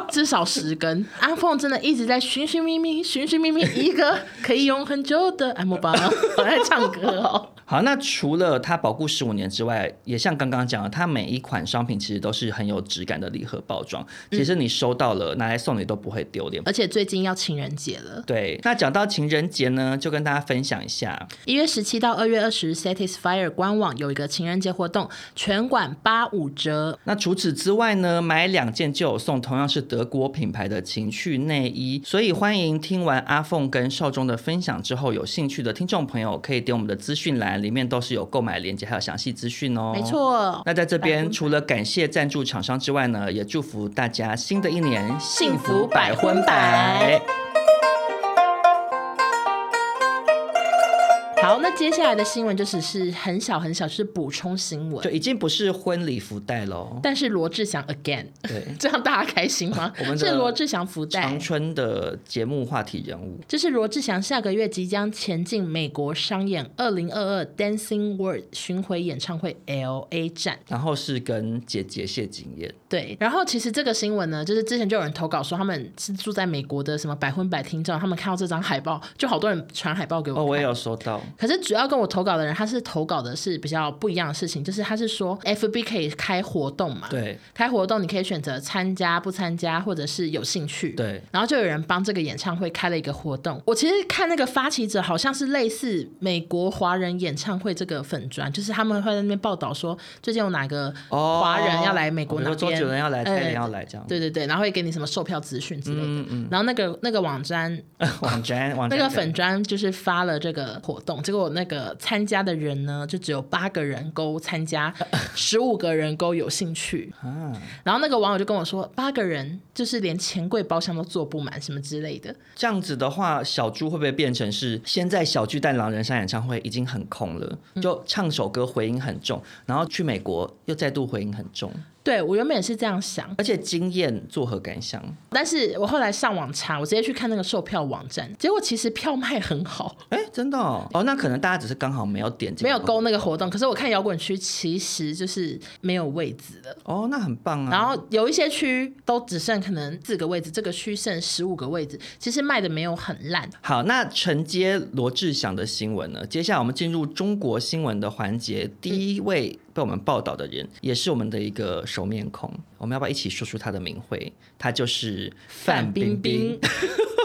Speaker 3: 至少十根。阿凤真的一直在寻寻觅觅，寻寻觅觅一个可以用很久的按摩棒。我在唱歌哦。
Speaker 2: 好，那除了它保固十五年之外，也像刚刚讲的，它每一款商品其实都是很有质感的礼盒包装，
Speaker 3: 嗯
Speaker 2: 其实你收到了拿来送你都不会丢脸。
Speaker 3: 而且最近要情人节了，
Speaker 2: 对，那讲到情人节呢，就跟大家分享一下，
Speaker 3: 一月十七到二月二十，Satisfyer 官网有一个情人节活动，全馆八五折。
Speaker 2: 那除此之外呢，买两件就有送同样是德国品牌的情趣内衣，所以欢迎听完阿凤跟少中的分享之后，有兴趣的听众朋友可以点我们的资讯栏，里面都是有购买链接还有详细资讯哦。
Speaker 3: 没。错，
Speaker 2: 那在这边，除了感谢赞助厂商之外呢，也祝福大家新的一年幸福百分百。
Speaker 3: 好，那接下来的新闻就只是很小很小，是补充新
Speaker 2: 就
Speaker 3: 闻。
Speaker 2: 已经不是婚礼福袋喽，
Speaker 3: 但是罗志祥 again，
Speaker 2: 对，
Speaker 3: 这样大家开心吗
Speaker 2: 我们？的
Speaker 3: 是罗志祥福袋
Speaker 2: 长，春的节目话题人物。
Speaker 3: 这是罗志祥下个月即将前进美国商演二零二二 Dancing World 巡回演唱会 L A 站。
Speaker 2: 然后是跟姐姐谢景燕，
Speaker 3: 对，然后其实这个新闻呢，就是之前就有人投稿说他们是住在美国的什么百分百听众，他们看到这张海报，就好多人传海报给我
Speaker 2: 哦，我也
Speaker 3: 看
Speaker 2: 有收到，
Speaker 3: 可是主要跟我投稿的人，他是投稿的是比较不一样的事情，就是他是说 FB 可以开活动嘛，
Speaker 2: 对，
Speaker 3: 开活动你可以选择参加、不参加，或者是有兴趣，
Speaker 2: 对。
Speaker 3: 然后就有人帮这个演唱会开了一个活动。我其实看那个发起者好像是类似美国华人演唱会这个粉砖，就是他们会在那边报道说最近有哪个
Speaker 2: 哦
Speaker 3: 华人要来美国
Speaker 2: 比
Speaker 3: 哪
Speaker 2: 如
Speaker 3: 边，
Speaker 2: 说周杰伦要来，
Speaker 3: 呃
Speaker 2: 蔡依林要来这样。
Speaker 3: 对对对，然后会给你什么售票资讯之类的。
Speaker 2: 嗯嗯
Speaker 3: 然后那个那个网站，
Speaker 2: 网站网
Speaker 3: 那
Speaker 2: 站
Speaker 3: 个粉砖就是发了这个活动，结果那个参加的人呢，就只有八个人勾参加，十五个人勾有兴趣。
Speaker 2: 啊，
Speaker 3: 然后那个网友就跟我说，八个人就是连钱柜包厢都坐不满，什么之类的。
Speaker 2: 这样子的话，小猪会不会变成是现在小巨蛋狼人杀演唱会已经嗯很空了，就唱首歌回音很重，然后去美国又再度回音很重，
Speaker 3: 对我原本也是这样想，
Speaker 2: 而且经验作何感想？
Speaker 3: 但是我后来上网查，我直接去看那个售票网站，结果其实票卖很好，
Speaker 2: 哎，真的哦，哦那可能大家只是刚好没有点哦进，
Speaker 3: 没有勾那个活动。可是我看摇滚区其实就是没有位置的，
Speaker 2: 哦，那很棒啊。
Speaker 3: 然后有一些区都只剩可能四个位置，这个区剩十五个位置，其实卖的没有很烂。
Speaker 2: 好，那承接罗志祥的新闻呢？接下来我们进入中国新闻的环节，第一位被我们报道的人，也是我们的一个熟面孔，我们要不要一起说出他的名讳？他就是范冰冰。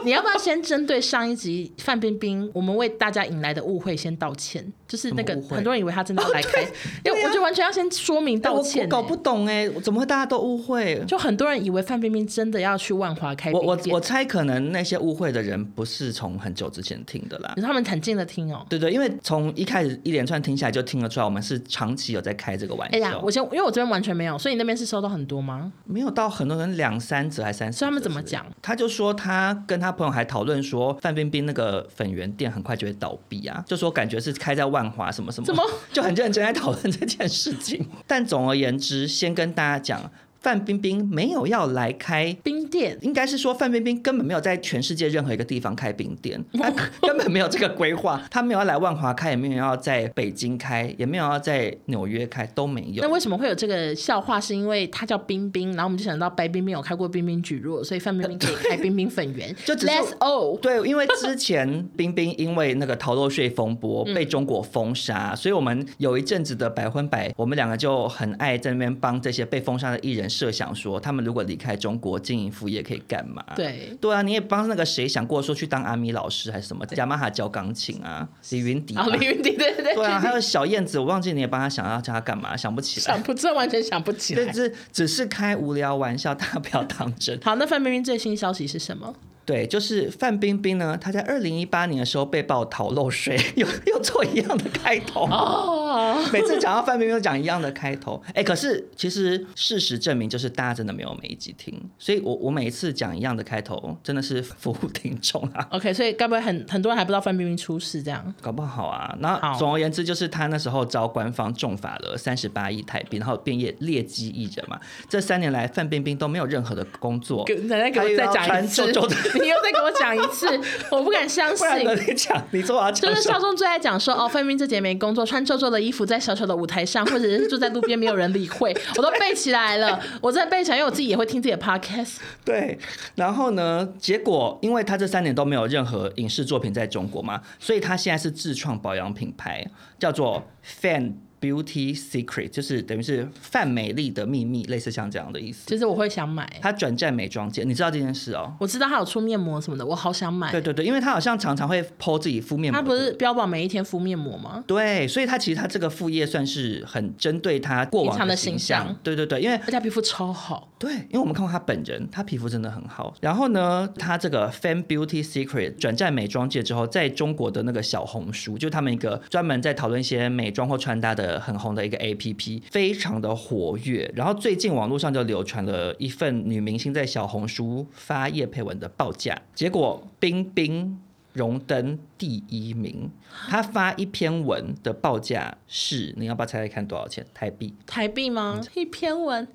Speaker 3: 你要不要先针对上一集范冰冰，我们为大家引来的误会先道歉？就是那个
Speaker 2: 什么误会
Speaker 3: 很多人以为她真的要来 开，因为我就完全要先说明
Speaker 2: 但我
Speaker 3: 道歉、欸
Speaker 2: 我搞不，懂哎、怎么会大家都误会？
Speaker 3: 就很多人以为范冰冰真的要去万华开
Speaker 2: 我我
Speaker 3: 冰店
Speaker 2: 我猜可能那些误会的人不是从很久之前听的啦
Speaker 3: 你。说他们很近的听哦、
Speaker 2: 对对，因为从一开始一连串听下来就听得出来，我们是长期有在开这个玩笑。
Speaker 3: 哎呀，我先，因为我这边完全没有，所以你那边是收到很多吗？
Speaker 2: 没有到很多人两三折还三十折，
Speaker 3: 所以他们怎么讲？
Speaker 2: 他就说他跟他朋友还讨论说，范冰冰那个粉圆店很快就会倒闭啊，就说感觉是开在万华什么什么，
Speaker 3: 怎么
Speaker 2: 就很认真在讨论这件事 情。但总而言之，先跟大家讲，范冰冰没有要来开。
Speaker 3: 冰店
Speaker 2: 应该是说范冰冰根本没有在全世界任何一个地方开冰 店，她根本没有这个规划，她没有要来万华开，也没有要在北京开，也没有要在纽约开，都没有。
Speaker 3: 那为什么会有这个笑话？是因为它叫冰冰，然后我们就想到白冰冰有开过冰冰举弱，所以范冰冰可以开冰冰粉 圆，
Speaker 2: 就只是
Speaker 3: Let's O。
Speaker 2: 对，因为之前冰冰因为那个逃漏税风波
Speaker 3: 嗯
Speaker 2: 被中国封杀，所以我们有一阵子的百分百，我们两个就很爱在那边帮这些被封杀的艺人设想说，他们如果离开中国经营副业可以干嘛？。
Speaker 3: 对，
Speaker 2: 对啊，你也帮那个谁想过说去当阿米老师还是什么，雅马哈教钢琴 啊，李云迪、
Speaker 3: 啊，
Speaker 2: 啊，
Speaker 3: 李云迪，对对 对，
Speaker 2: 对啊，还有小燕子，我忘记你也帮他想要叫他干嘛，想不起来
Speaker 3: 想。不，这完全想不起
Speaker 2: 对，
Speaker 3: 来。
Speaker 2: 只只是开无聊玩笑，大家不要当真。
Speaker 3: 好，那范冰冰最新消息是什么？
Speaker 2: 对，就是范冰冰呢，她在二零一八年的时候被曝逃漏税，又又做一样的开头。
Speaker 3: 哦，
Speaker 2: 每次讲到范冰冰，都讲一样的开头。哎、可是其实事实证明，就是大家真的没有每一集听，所以我我每一次讲一样的开头，真的是服务听众啊。
Speaker 3: OK，所以该不会很很多人还不知道范冰冰出事这样？
Speaker 2: 搞不好啊，那
Speaker 3: 好
Speaker 2: 总而言之，就是她那时候遭官方重罚了三十八亿台币，然后便业劣迹艺人嘛。这三年来，范冰冰都没有任何的工作，
Speaker 3: 给奶奶给我
Speaker 2: 还有
Speaker 3: 再
Speaker 2: 要
Speaker 3: 讲
Speaker 2: 穿
Speaker 3: 一次
Speaker 2: 皱皱的，
Speaker 3: 你又再给我讲一次，我不敢相
Speaker 2: 不
Speaker 3: 信。
Speaker 2: 然呢？你讲，你说我要讲
Speaker 3: 就是
Speaker 2: 什么
Speaker 3: 少中最爱讲说哦，范冰冰这节没工作，穿皱皱的衣服在小小的舞台上，或者是坐在路边没有人理 会，我都背起来了，我真的背起来，因为我自己也会听自己的 podcast。
Speaker 2: 对，然后呢？结果因为他这三年都没有任何影视作品在中国嘛，所以他现在是自创保养品牌，叫做 Fan Beauty Secret，就是等于是泛美丽的秘密，类似像这样的意思。
Speaker 3: 其实我会想买，
Speaker 2: 他转战美妆界，你知道这件事哦？
Speaker 3: 我知道他有出面膜什么的，我好想买
Speaker 2: 对。对对，因为他好像常常会剖自己敷面膜
Speaker 3: 他
Speaker 2: 的
Speaker 3: 不是标榜每一天敷面膜吗？
Speaker 2: 对，所以他其实他这个副业算是很针对他过
Speaker 3: 平
Speaker 2: 往
Speaker 3: 常的形
Speaker 2: 形象。
Speaker 3: 象
Speaker 2: 对对对，因为
Speaker 3: 而且他皮肤超好，
Speaker 2: 对，因为我们看过她本人，她皮肤真的很好。然后呢，她这个 Fan Beauty Secret 转战美妆界之后，在中国的那个小红书，就他们一个专门在讨论一些美妆或穿搭的很红的一个 APP，非常的活跃。然后最近网络上就流传了一份女明星在小红书发叶佩文的报价，结果冰冰。荣登第一名，她发一篇文的报价是，你要不要猜猜看多少钱？台币
Speaker 3: 台币吗？
Speaker 2: 嗯
Speaker 3: 一篇文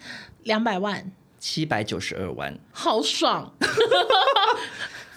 Speaker 3: 两百万，
Speaker 2: 七百九十二万。
Speaker 3: 好爽！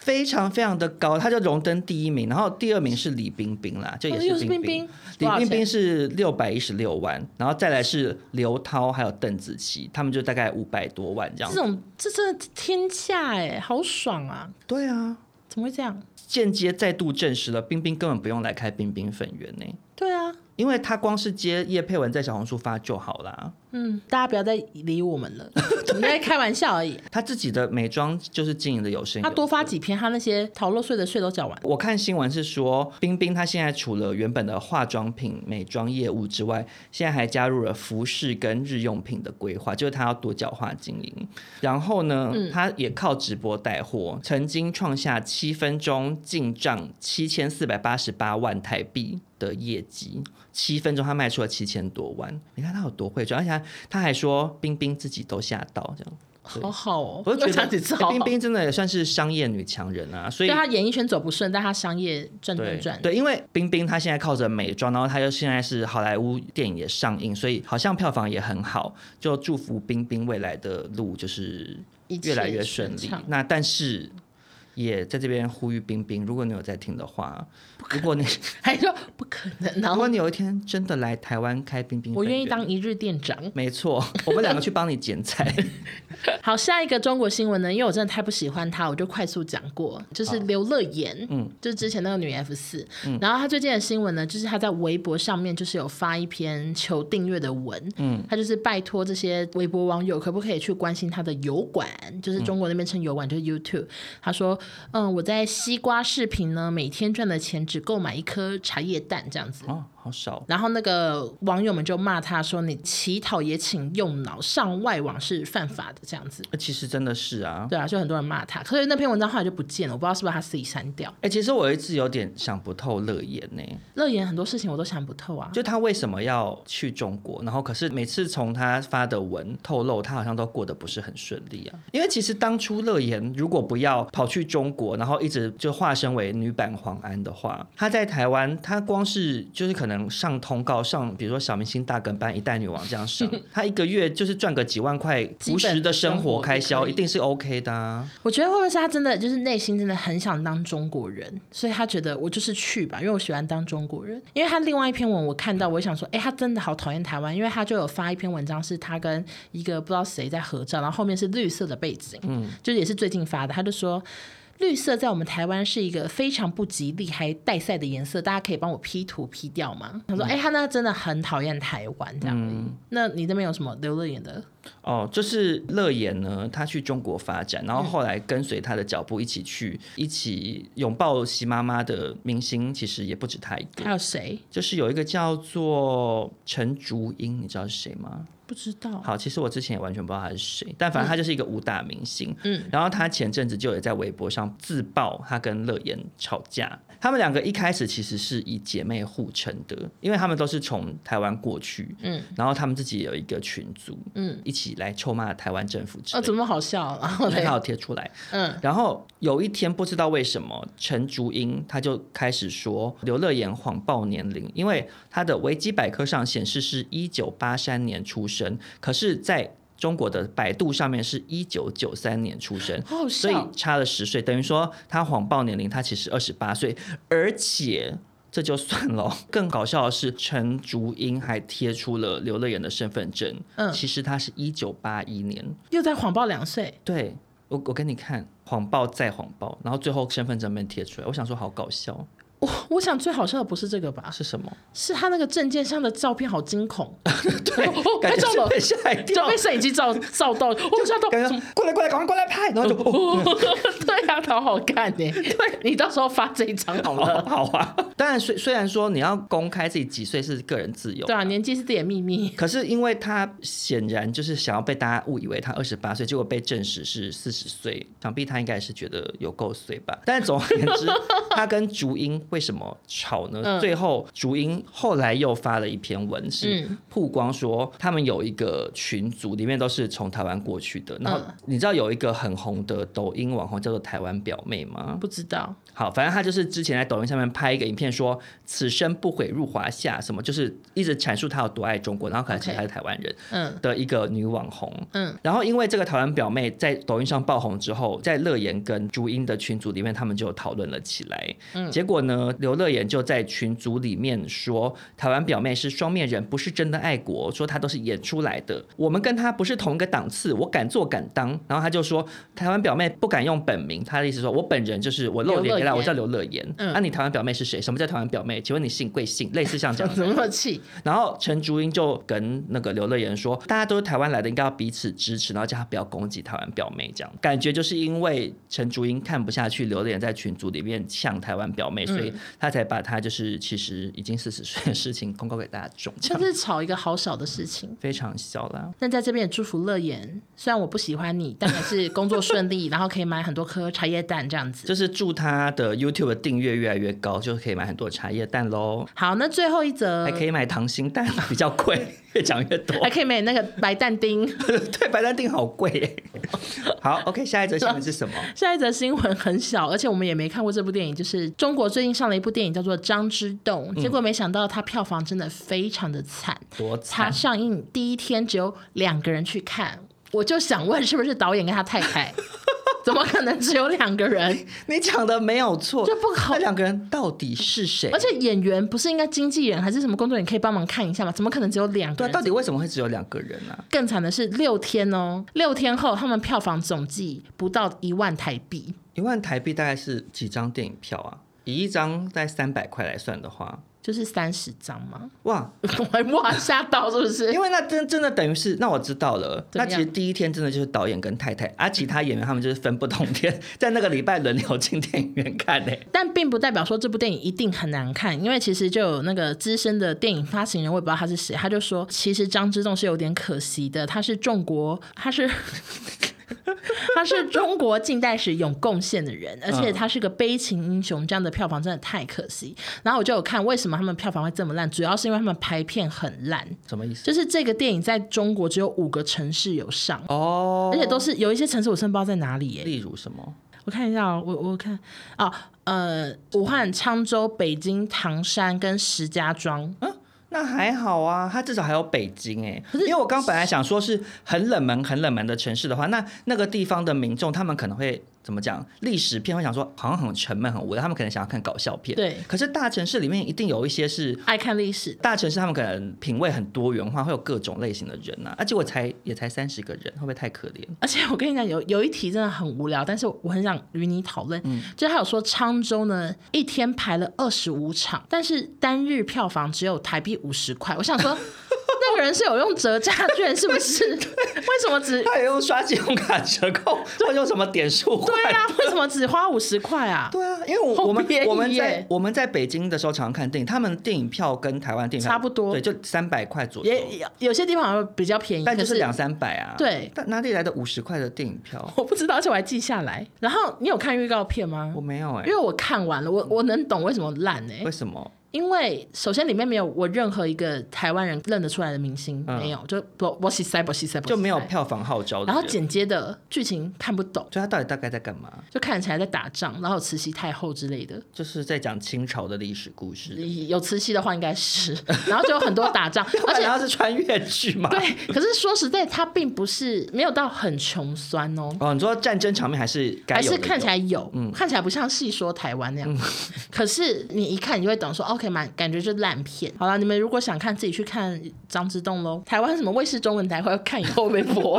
Speaker 2: 非常非常的高，他就荣登第一名，然后第二名是李冰冰啦，就也
Speaker 3: 哦又
Speaker 2: 是
Speaker 3: 是
Speaker 2: 冰
Speaker 3: 冰冰
Speaker 2: 李
Speaker 3: 多少
Speaker 2: 冰冰
Speaker 3: 钱
Speaker 2: 是六百一十六万，然后再来是刘涛还有邓紫棋，他们就大概五百多万这样
Speaker 3: 这。种这真的天价哎，好爽啊！
Speaker 2: 对啊，
Speaker 3: 怎么会这样？
Speaker 2: 间接再度证实了冰冰根本不用来开冰冰粉圆呢、
Speaker 3: 对啊，
Speaker 2: 因为他光是接叶佩文在小红书发就好啦，
Speaker 3: 嗯，大家不要再理我们了，我们在开玩笑而 已。
Speaker 2: 他自己的美妆就是经营的有声有
Speaker 3: 他
Speaker 2: 色。
Speaker 3: 多发几篇，他那些逃漏税的税都缴完。
Speaker 2: 我看新闻是说，冰冰她现在除了原本的化妆品、美妆业务之外，现在还加入了服饰跟日用品的规划，就是她要多角化经营。然后呢，她也靠直播带货，曾经创下七分钟进账七千四百八十八万台币的业绩。七分钟，她卖出了七千多万，你看她有多会赚，而且她她还说冰冰自己都吓到这样。
Speaker 3: 好好哦，
Speaker 2: 我就
Speaker 3: 又
Speaker 2: 觉
Speaker 3: 讲
Speaker 2: 得
Speaker 3: 几次
Speaker 2: 欸
Speaker 3: 好
Speaker 2: 冰
Speaker 3: 好。
Speaker 2: 冰真的也算是商业女强人啊，所以
Speaker 3: 对他演艺圈走不顺，但他商业赚赚
Speaker 2: 对
Speaker 3: 赚。
Speaker 2: 对，因为冰冰她现在靠着美妆，然后她又现在是好莱坞电影也上映，所以好像票房也很好，就祝福冰冰未来的路就是
Speaker 3: 一切
Speaker 2: 越来越顺利
Speaker 3: 顺畅。
Speaker 2: 那但是也在这边呼吁冰冰，如果你有在听的话，如果你
Speaker 3: 还说不可能，然
Speaker 2: 如
Speaker 3: 后
Speaker 2: 果你有一天真的来台湾开冰冰，
Speaker 3: 哦我愿意。当一日店长。
Speaker 2: 没错，我们两个去帮你剪彩。
Speaker 3: 好，下一个中国新闻呢？因为我真的太不喜欢她，我就快速讲过，就是刘乐言，嗯，就是之前那个女 F 四、然后她最近的新闻呢，就是她在微博上面就是有发一篇求订阅的文，嗯，她就是拜托这些微博网友可不可以去关心她的油管，就是中国那边称油管就是 YouTube，她说，嗯，我在西瓜视频呢，每天赚的钱只够买一颗茶叶蛋这样子，
Speaker 2: 哦，好少。
Speaker 3: 然后那个网友们就骂他说：“你乞讨也请用脑，上外网是犯法的。”这样子，
Speaker 2: 呃其实真的是啊。
Speaker 3: 对啊，就很多人骂他。可是那篇文章后来就不见了，我不知道是不是他自己删掉。
Speaker 2: 哎、其实我一直有点想不透乐言呢、
Speaker 3: 乐言很多事情我都想不透啊。
Speaker 2: 就他为什么要去中国？然后可是每次从他发的文透露，他好像都过得不是很顺利啊。因为其实当初乐言如果不要跑去中国，然后一直就化身为女版黄安的话，她在台湾，她光是就是可能上通告上，比如说小明星大跟班、一代女王这样 上，她一个月就是赚个几万块，
Speaker 3: 基
Speaker 2: 朴
Speaker 3: 本
Speaker 2: 实的生
Speaker 3: 生活
Speaker 2: 活开销
Speaker 3: 也可以
Speaker 2: 一定是 OK 的啊。
Speaker 3: 我觉得会不会是他真的就是内心真的很想当中国人，所以他觉得我就是去吧，因为我喜欢当中国人。因为他另外一篇文我看到，我也想说，哎、他真的好讨厌台湾，因为他就有发一篇文章，是他跟一个不知道谁在合照，然后后面是绿色的背景，嗯，就也是最近发的，他就说。绿色在我们台湾是一个非常不吉利还带赛的颜色，大家可以帮我 P 图 P 掉吗？他说：“哎、他那真的很讨厌台湾这样。那你那边有什么刘乐言的？
Speaker 2: 哦，就是乐言呢，他去中国发展，然后后来跟随他的脚步一起去，一起拥抱习妈妈的明星，其实也不止他一个。
Speaker 3: 还有谁？
Speaker 2: 就是有一个叫做陈竹英，你知道是谁吗？
Speaker 3: 不知道。
Speaker 2: 好，其实我之前也完全不知道他是谁，但反正他就是一个武打明星。嗯，然后他前阵子就有在微博上自曝他跟乐言吵架，他们两个一开始其实是以姐妹互称的，因为他们都是从台湾过去，嗯，然后他们自己有一个群组，嗯，一起来臭骂台湾政府之
Speaker 3: 哦，
Speaker 2: 类的。
Speaker 3: 怎么那么好笑？然 后
Speaker 2: 因为
Speaker 3: 嘞
Speaker 2: 他，有贴出来，
Speaker 3: 嗯，
Speaker 2: 然后有一天不知道为什么，陈竹英她就开始说刘乐言谎报年龄，因为她的维基百科上显示是一九八三年出生，可是在中国的百度上面是一九九三年出生。
Speaker 3: 好好
Speaker 2: 所以
Speaker 3: 笑。
Speaker 2: 差了十岁，等于说她谎报年龄，她其实二十八岁，而且这就算了 哦。更搞笑的是，陈竹英还贴出了刘乐言的身份证，
Speaker 3: 嗯
Speaker 2: 其实她是一九八一年，
Speaker 3: 又在谎报两岁，
Speaker 2: 对我，我跟你看，谎报再谎报，然后最后身份证被贴出来，我想说好搞笑，
Speaker 3: 我我想最好笑的不是这个吧，
Speaker 2: 是什么？
Speaker 3: 是他那个证件上的 照片好惊恐，
Speaker 2: 对
Speaker 3: 哦，
Speaker 2: 感
Speaker 3: 拍
Speaker 2: 觉
Speaker 3: 照
Speaker 2: 是
Speaker 3: 了
Speaker 2: 被吓一
Speaker 3: 就
Speaker 2: 跳
Speaker 3: 被，摄影机照照 到，我吓到，
Speaker 2: 感
Speaker 3: 怎么
Speaker 2: 觉过来过来，赶快过来拍，然 后就哦。
Speaker 3: 对啊，好好看呢、对你到时候发这一张好
Speaker 2: 好
Speaker 3: 了。
Speaker 2: 好啊， 当然虽虽然说你要公开自己几岁是个人自由，
Speaker 3: 对啊，年纪是自己的秘密。
Speaker 2: 可是因为他显然就是想要被大家误以为他二十八岁，结果被证实是四十岁，想必他应该也是觉得有够岁吧。但总而言之，他跟竹英为什么吵呢？
Speaker 3: 嗯
Speaker 2: 最后竹英后来又发了一篇文，是
Speaker 3: 嗯
Speaker 2: 曝光说他们有一个群组，里面都是从台湾过去的。然后
Speaker 3: 嗯
Speaker 2: 你知道有一个很红的抖音网红叫做台湾表妹吗？
Speaker 3: 不知道，
Speaker 2: 好，反正他就是之前在抖音上面拍一个影片说“此生不悔入华夏”，什么就是一直阐述他有多爱中国，然后可能其实
Speaker 3: OK
Speaker 2: 他是台湾人
Speaker 3: 嗯
Speaker 2: 的一个女网红。
Speaker 3: 嗯，
Speaker 2: 然后因为这个台湾表妹在抖音上爆红之后，在乐言跟朱茵的群组里面，他们就讨论了起来。嗯，结果呢，刘乐言就在群组里面说，台湾表妹是双面人，不是真的爱国，说她都是演出来的，我们跟她不是同一个档次，我敢做敢当。然后他就说，台湾表妹不敢用本名，他的意思说我本人就是我露
Speaker 3: 刘
Speaker 2: 脸
Speaker 3: 乐
Speaker 2: 给她，我
Speaker 3: 言
Speaker 2: 叫刘乐言。
Speaker 3: 嗯
Speaker 2: 啊，你台湾表妹是谁？什么叫台湾表妹？请问你姓贵姓？类似像这
Speaker 3: 怎
Speaker 2: 样
Speaker 3: 么
Speaker 2: 的
Speaker 3: 那么气？
Speaker 2: 然后陈竹英就跟那个刘乐言说，大家都是台湾来的，应该要彼此支持，然后叫他不要攻击台湾表妹，这样感觉就是因为陈竹英看不下去刘乐言在群组里面呛台湾表妹，所以他才把他就是其实已经四十岁的事情公告给大家众，这
Speaker 3: 就
Speaker 2: 样
Speaker 3: 是吵一个好小的事情。
Speaker 2: 非常小啦。
Speaker 3: 那在这边也祝福乐言， 虽然我不喜欢你，但还是工作顺利，然后可以买很多颗茶叶蛋这样子。
Speaker 2: 就是祝他的 YouTube 的订阅越来越高，就可以买很多茶叶蛋喽，
Speaker 3: 好，那最后一则
Speaker 2: 还可以买溏心蛋，比较贵，越讲越多。
Speaker 3: 还可以买那个白蛋丁。
Speaker 2: 对，白蛋定好贵耶。好，OK，下一则新闻是什么？
Speaker 3: 下一则新闻很小，而且我们也没看过这部电影。就是中国最近上了一部电影叫做《张之洞》，
Speaker 2: 嗯
Speaker 3: 结果没想到它票房真的非常的惨，
Speaker 2: 多
Speaker 3: 它
Speaker 2: 惨！
Speaker 3: 上映第一天只有两个人去看，我就想问是不是导演跟他太 太？怎么可能只有两个人？
Speaker 2: 你讲的没有错，
Speaker 3: 这不好
Speaker 2: 哎那两个人到底是谁？
Speaker 3: 而且演员不是应该经纪人还是什么工作人员可以帮忙看一下吗？怎么可能只有两个
Speaker 2: 对啊，
Speaker 3: 人？
Speaker 2: 到底为什么会只有两个人呢、啊？
Speaker 3: 更惨的是六天哦，六天后他们票房总计不到一万台币，
Speaker 2: 一万台币大概是几张电影票啊？以一张在三百块来算的话，
Speaker 3: 就是三十张吗？
Speaker 2: 哇！
Speaker 3: 我还哇吓到是不是？
Speaker 2: 因为那真真的等于是，那我知道了。
Speaker 3: 怎么样
Speaker 2: 那其实第一天真的就是导演跟太太，啊，其他演员他们就是分不同天， 在那个礼拜轮流进电影院看欸嘞、
Speaker 3: 但并不代表说这部电影一定很难看，因为其实就有那个资深的电影发行人，我也不知道他是谁，他就说其实张之洞是有点可惜的，他是中国，他是 他是中国近代史有贡献的人，而且他是个悲情英雄，这样的票房真的太可惜。然后我就有看为什么他们票房会这么烂，主要是因为他们排片很烂，
Speaker 2: 什么意思？
Speaker 3: 就是这个电影在中国只有五个城市有上，
Speaker 2: 哦，
Speaker 3: 而且都是有一些城市我真的不知道在哪里耶、
Speaker 2: 例如什么？
Speaker 3: 我看一下、哦，我我看哦，呃，武汉、沧州、北京、唐山跟石家庄，
Speaker 2: 嗯那还好啊，它至少还有北京哎、因为我刚本来想说是很冷门、很冷门的城市的话，那那个地方的民众他们可能会怎么讲？历史片会想说好像很沉闷、很无聊，他们可能想要看搞笑片。
Speaker 3: 对
Speaker 2: 可是大城市里面一定有一些是
Speaker 3: 爱看历史。
Speaker 2: 大城市，他们可能品味很多元化，会有各种类型的人呐、啊。结果才也才三十个人，会不会太可怜？
Speaker 3: 而且我跟你讲，有有一题真的很无聊，但是我很想与你讨论。
Speaker 2: 嗯
Speaker 3: 就是他有说沧州呢，一天排了二十五场，但是单日票房只有台币五十块。我想说， 那个人是有用折价券是不是？ 为什么只
Speaker 2: 他也用刷信用卡折扣，或者用什么点数换？
Speaker 3: 对啊？为什么只花五十块啊？
Speaker 2: 对啊，因为我
Speaker 3: 好
Speaker 2: 我们
Speaker 3: 便宜
Speaker 2: 我们在
Speaker 3: 耶
Speaker 2: 我们在北京的时候常常看电影，他们电影票跟台湾电影票
Speaker 3: 差不多
Speaker 2: 对，就三百块左右，
Speaker 3: 也有有些地方好像比较便宜，
Speaker 2: 但就
Speaker 3: 可
Speaker 2: 是两三百啊。
Speaker 3: 对
Speaker 2: 但哪里来的五十块的电影票？
Speaker 3: 我不知道，而且我还记下来。然后你有看预告片吗
Speaker 2: 我？没有哎、
Speaker 3: 因为我看完了，我我能懂为什么烂呢、
Speaker 2: 为什么？
Speaker 3: 因为首先里面没有我任何一个台湾人认得出来的明星，
Speaker 2: 嗯
Speaker 3: 没有，就不我西塞不西塞
Speaker 2: 就没有。票房号召的
Speaker 3: 然
Speaker 2: 人？
Speaker 3: 后剪接的剧情看不懂，
Speaker 2: 就他到底大概在干嘛？
Speaker 3: 就看起来在打仗，然后有慈禧太后之类的，
Speaker 2: 就是在讲清朝的历史故事，
Speaker 3: 有慈禧的话应该是，然后就有很多打仗，而且
Speaker 2: 然后是穿越剧嘛？
Speaker 3: 对，可是说实在，他并不是没有到很穷酸哦，
Speaker 2: 哦，你说战争场面还是该
Speaker 3: 还
Speaker 2: 有
Speaker 3: 是
Speaker 2: 的有嗯
Speaker 3: 看起来有，看起来不像戏说台湾那样。 可是你一看，你就会懂说，OK 嘛，感觉就烂片。好了，你们如果想看，自己去看张之洞喽。台湾什么卫视中文台会看以 后微博。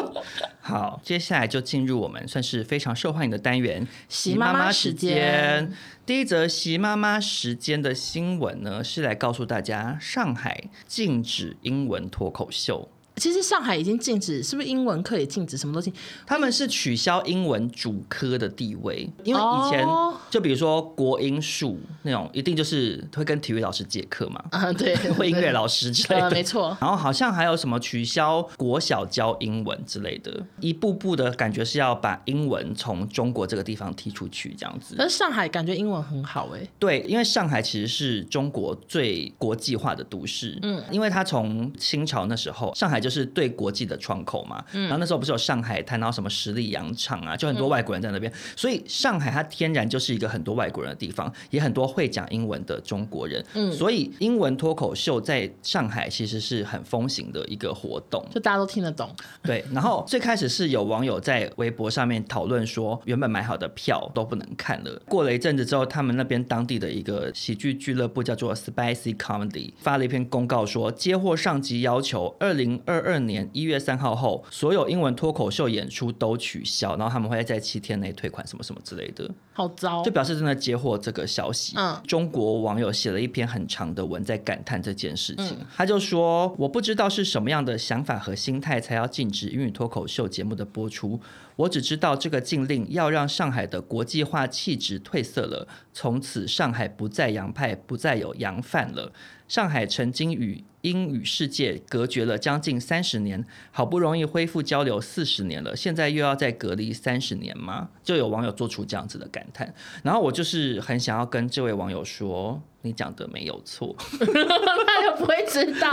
Speaker 2: 好，接下来就进入我们算是非常受欢迎的单元——
Speaker 3: 习妈妈时间。
Speaker 2: 第一则习妈妈时间的新闻呢，是来告诉大家，上海禁止英文脱口秀，
Speaker 3: 其实上海已经禁止，是不是英文课也禁止，什么都禁？
Speaker 2: 他们是取消英文主科的地位，因为
Speaker 3: 哦
Speaker 2: 以前、就比如说国英数那种，一定就是会跟体育老师借课嘛，
Speaker 3: 啊， 对，
Speaker 2: 或音乐老师之类
Speaker 3: 对，
Speaker 2: 的
Speaker 3: 呃，。没错。
Speaker 2: 然后好像还有什么取消国小教英文之类的，一步步的感觉是要把英文从中国这个地方踢出去这样子。
Speaker 3: 可是上海感觉英文很好哎、
Speaker 2: 对，因为上海其实是中国最国际化的都市，嗯，因为它从清朝那时候，上海就是对国际的窗口嘛，嗯，然后那时候不是有上海滩，然后什么十里洋场啊，就很多外国人在那边，所以上海它天然就是一个很多外国人的地方，也很多会讲英文的中国人，嗯，所以英文脱口秀在上海其实是很风行的一个活动，
Speaker 3: 就大家都听得懂。
Speaker 2: 对，然后最开始是有网友在微博上面讨论说，原本买好的票都不能看了。过了一阵子之后，他们那边当地的一个喜剧俱乐部叫做 Spicy Comedy 发了一篇公告说，接获上级要求，二零二二年一月三号后，所有英文脱口秀演出都取消，然后他们会在七天内退款什么什么之类的。
Speaker 3: 好糟
Speaker 2: 就，表示真的接获这个消息。
Speaker 3: 哦嗯
Speaker 2: 中国网友写了一篇很长的文在感叹这件事情，他就说：“我不知道是什么样的想法和心态才要禁止英语脱口秀节目的播出，我只知道这个禁令要让上海的国际化气质褪色了，从此上海不再洋派，不再有洋范了。上海曾经与。”英语世界隔绝了将近三十年，好不容易恢复交流四十年了，现在又要再隔离三十年吗？就有网友做出这样子的感叹。然后我就是很想要跟这位网友说，你讲的没有错。
Speaker 3: 他又不会知道。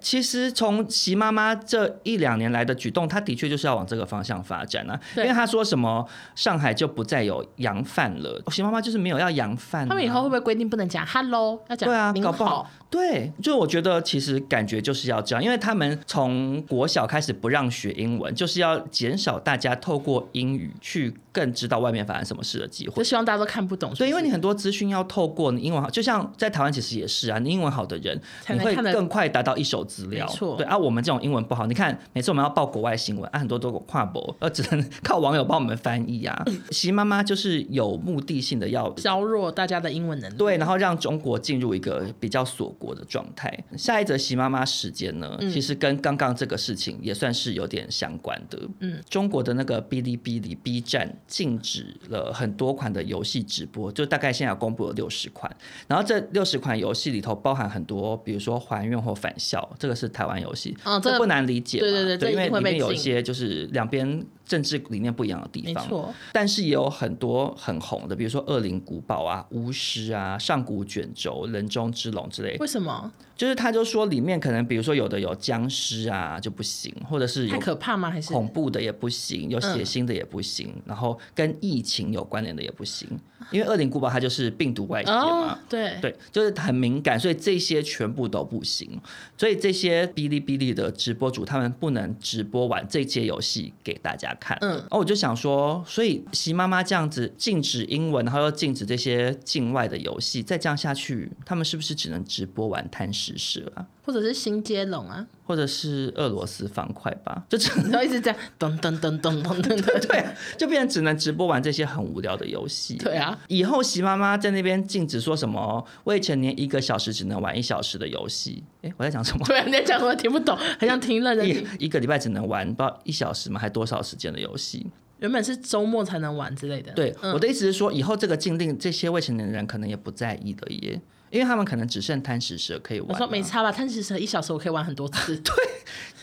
Speaker 2: 其实从习妈妈这一两年来的举动，她的确就是要往这个方向发展啊。因
Speaker 3: 对
Speaker 2: 为她说什么上海就不再有洋饭了，习妈妈就是没有要洋饭、啊。
Speaker 3: 他们以后会不会规定不能讲 “hello”，要讲
Speaker 2: 对啊，
Speaker 3: 您
Speaker 2: 搞不好对，就我觉得其实感觉就是要这样，因为他们从国小开始不让学英文，就是要减少大家透过英语去更知道外面发生什么事的机会
Speaker 3: 就。希望大家都看不懂。
Speaker 2: 对，因为你
Speaker 3: 是
Speaker 2: 很多资讯要透过你英文好，就像在台湾其实也是啊，你英文好的人，
Speaker 3: 才
Speaker 2: 你
Speaker 3: 能
Speaker 2: 会
Speaker 3: 看得
Speaker 2: 更快达到一手资料
Speaker 3: 没。错
Speaker 2: 对啊，我们这种英文不好，你看每次我们要报国外新闻啊，很多都跨博，呃，只能 靠网友帮我们翻译啊。习妈妈就是有目的性的要
Speaker 3: 不是削弱大家的英文能力。
Speaker 2: 对，然后让中国进入一个比较锁国的状态。下一则习妈妈时间呢，
Speaker 3: 嗯
Speaker 2: 其实跟刚刚这个事情也算是有点相关的。嗯，中国的那个哔哩哔哩 B 站禁止了很多款的游戏直播，就大概现在有公布了六十款。然后这六十款游戏里头包含很多，比如说还愿或返校，这个是台湾游戏，
Speaker 3: 嗯这个
Speaker 2: 不难理解嘛。
Speaker 3: 对对对这一
Speaker 2: 因为
Speaker 3: 定会
Speaker 2: 里
Speaker 3: 被
Speaker 2: 面有一
Speaker 3: 禁
Speaker 2: 些就是两边政治理念不一样的地
Speaker 3: 没
Speaker 2: 方。
Speaker 3: 错，
Speaker 2: 但是也有很多很红的，比如说《恶灵古堡》啊、《巫师》啊、《上古卷轴》、《人中之龙》之类的。
Speaker 3: 为什么
Speaker 2: 就是他就说里面可能，比如说有的有僵尸啊就不行，或者是
Speaker 3: 太
Speaker 2: 有
Speaker 3: 可怕嗯吗？还是
Speaker 2: 恐怖的也不行，有血腥的也不行，然后跟疫情有关联的也不行，因为《恶灵古堡》它就是病毒外泄嘛。
Speaker 3: 哦，对，
Speaker 2: 对，就是很敏感，所以这些全部都不行。所以这些哔哩哔哩的直播主，他们不能直播玩这些游戏给大家看。
Speaker 3: 嗯
Speaker 2: 嗯，哦，我就想说，所以习妈妈这样子禁止英文，然后又禁止这些境外的游戏，再这样下去，他们是不是只能直播玩贪食蛇啊？
Speaker 3: 或者是新接龙啊，
Speaker 2: 或者是俄罗斯方块吧， 就只
Speaker 3: 然后一直这样咚咚咚咚咚咚咚，
Speaker 2: 对啊，就变成只能直播玩这些很无聊的游戏。
Speaker 3: 对啊，
Speaker 2: 以后习妈妈在那边禁止说什么未成年一个小时只能玩一小时的游戏。哎，我在讲什么？
Speaker 3: 突然间讲我听不懂，很像听了人听。
Speaker 2: 一一个礼拜只能玩不知道一小时吗？还多少时间的游戏？
Speaker 3: 原本是周末才能玩之类的。
Speaker 2: 对，
Speaker 3: 嗯
Speaker 2: 我的意思是说，以后这个禁令，这些未成年人可能也不在意了耶，因为他们可能只剩贪食蛇可以玩
Speaker 3: 我
Speaker 2: 啊嘛。
Speaker 3: 说没差吧，贪食蛇一小时我可以玩很多次，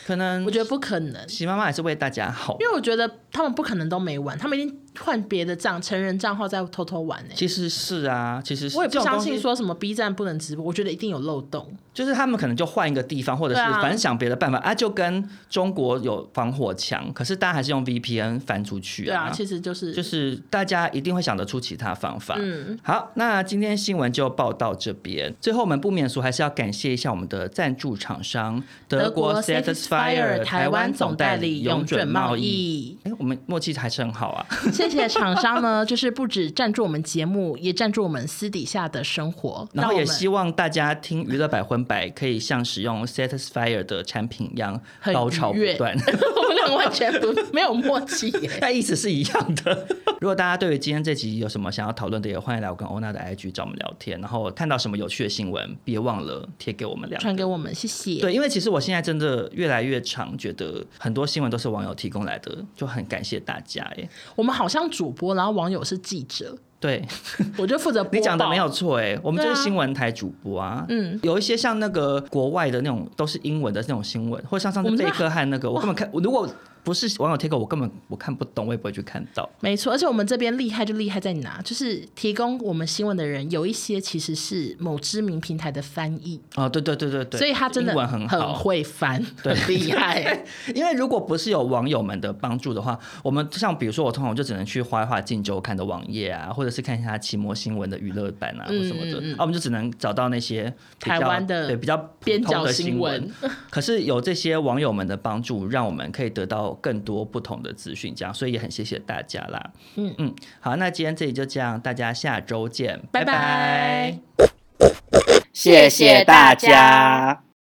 Speaker 2: 可能
Speaker 3: 我觉得不可能，
Speaker 2: 习妈妈还是为大家好
Speaker 3: 因。为我觉得他们不可能都没玩，他们一定换别的账，成人账号在偷偷玩呢、
Speaker 2: 其实是啊，其实是
Speaker 3: 我也
Speaker 2: 这
Speaker 3: 不
Speaker 2: 种
Speaker 3: 相
Speaker 2: 东
Speaker 3: 信
Speaker 2: 西
Speaker 3: 说什么 B 站不能直播，我觉得一定有漏洞。
Speaker 2: 就是他们可能就换一个地方，或者是
Speaker 3: 对啊
Speaker 2: 反正想别的办法啊就跟中国有防火墙，可是大家还是用 VPN 翻出去
Speaker 3: 对啊，
Speaker 2: 啊。
Speaker 3: 其实就是
Speaker 2: 就是大家一定会想得出其他方法。
Speaker 3: 嗯，
Speaker 2: 好，那今天新闻就报到这边。最后，我们不免俗还是要感谢一下我们的赞助厂商
Speaker 3: 德
Speaker 2: 国
Speaker 3: 国
Speaker 2: Satisfyer
Speaker 3: Satisfyer 台湾总代理永准贸
Speaker 2: 易。
Speaker 3: 易，
Speaker 2: 哎，我们默契还是很好 啊。
Speaker 3: 谢谢厂商呢，就是不止赞助我们节目，也赞助我们私底下的生活，
Speaker 2: 然
Speaker 3: 让
Speaker 2: 后
Speaker 3: 我
Speaker 2: 也
Speaker 3: 们
Speaker 2: 希望大家听娱乐百分百，可以像使用 Satisfyer 的产品一样
Speaker 3: 很
Speaker 2: 高潮不
Speaker 3: 愉悦
Speaker 2: 断。
Speaker 3: 我们两个完全不没有默契 耶。
Speaker 2: 但意思是一 样的。如果大家对于今天这集有什么想要讨论的，也欢迎来我跟欧娜的 IG 找我们聊天。然后看到什么有趣的新闻，别忘了贴给我们两个
Speaker 3: 传给我们，谢谢。
Speaker 2: 对，因为其实我现在真的越来越常觉得很多新闻都是网友提供来的，就很感谢大家哎。
Speaker 3: 我们好像主播，然后网友是记者，
Speaker 2: 对
Speaker 3: 我就负责播报
Speaker 2: 你讲的没有错哎，我们就
Speaker 3: 对
Speaker 2: 是
Speaker 3: 啊
Speaker 2: 新闻台主播啊。
Speaker 3: 嗯，
Speaker 2: 有一些像那个国外的那种都是英文的那种新闻，或像上
Speaker 3: 我
Speaker 2: 次
Speaker 3: 们这
Speaker 2: 贝
Speaker 3: 边
Speaker 2: 克汉那个，我根本看，我如果不是网友贴给我，我根本我看不懂，我也不会去看到。
Speaker 3: 没错，而且我们这边厉害就厉害在哪？就是提供我们新闻的人，有一些其实是某知名平台的翻译，
Speaker 2: 哦，对对对对对，
Speaker 3: 所以他真的
Speaker 2: 英文很好，
Speaker 3: 会翻，很厉 害。
Speaker 2: 因为如果不是有网友们的帮助的话，我们像比如说我通常就只能去划一划《镜周刊》的网页啊，或者是看一下奇摩新闻的娱乐版啊，或什么的，
Speaker 3: 嗯嗯嗯
Speaker 2: 啊，我们就只能找到那些比较
Speaker 3: 台湾的
Speaker 2: 对比较
Speaker 3: 边
Speaker 2: 普通
Speaker 3: 角
Speaker 2: 的
Speaker 3: 新
Speaker 2: 新
Speaker 3: 闻。，
Speaker 2: 可是有这些网友们的帮助，让我们可以得到更多不同的资讯，这样，所以也很谢谢大家啦。
Speaker 3: 嗯
Speaker 2: 嗯，好，那今天这里就这样，大家下周见，
Speaker 3: 拜拜
Speaker 2: 拜
Speaker 4: 谢谢大家。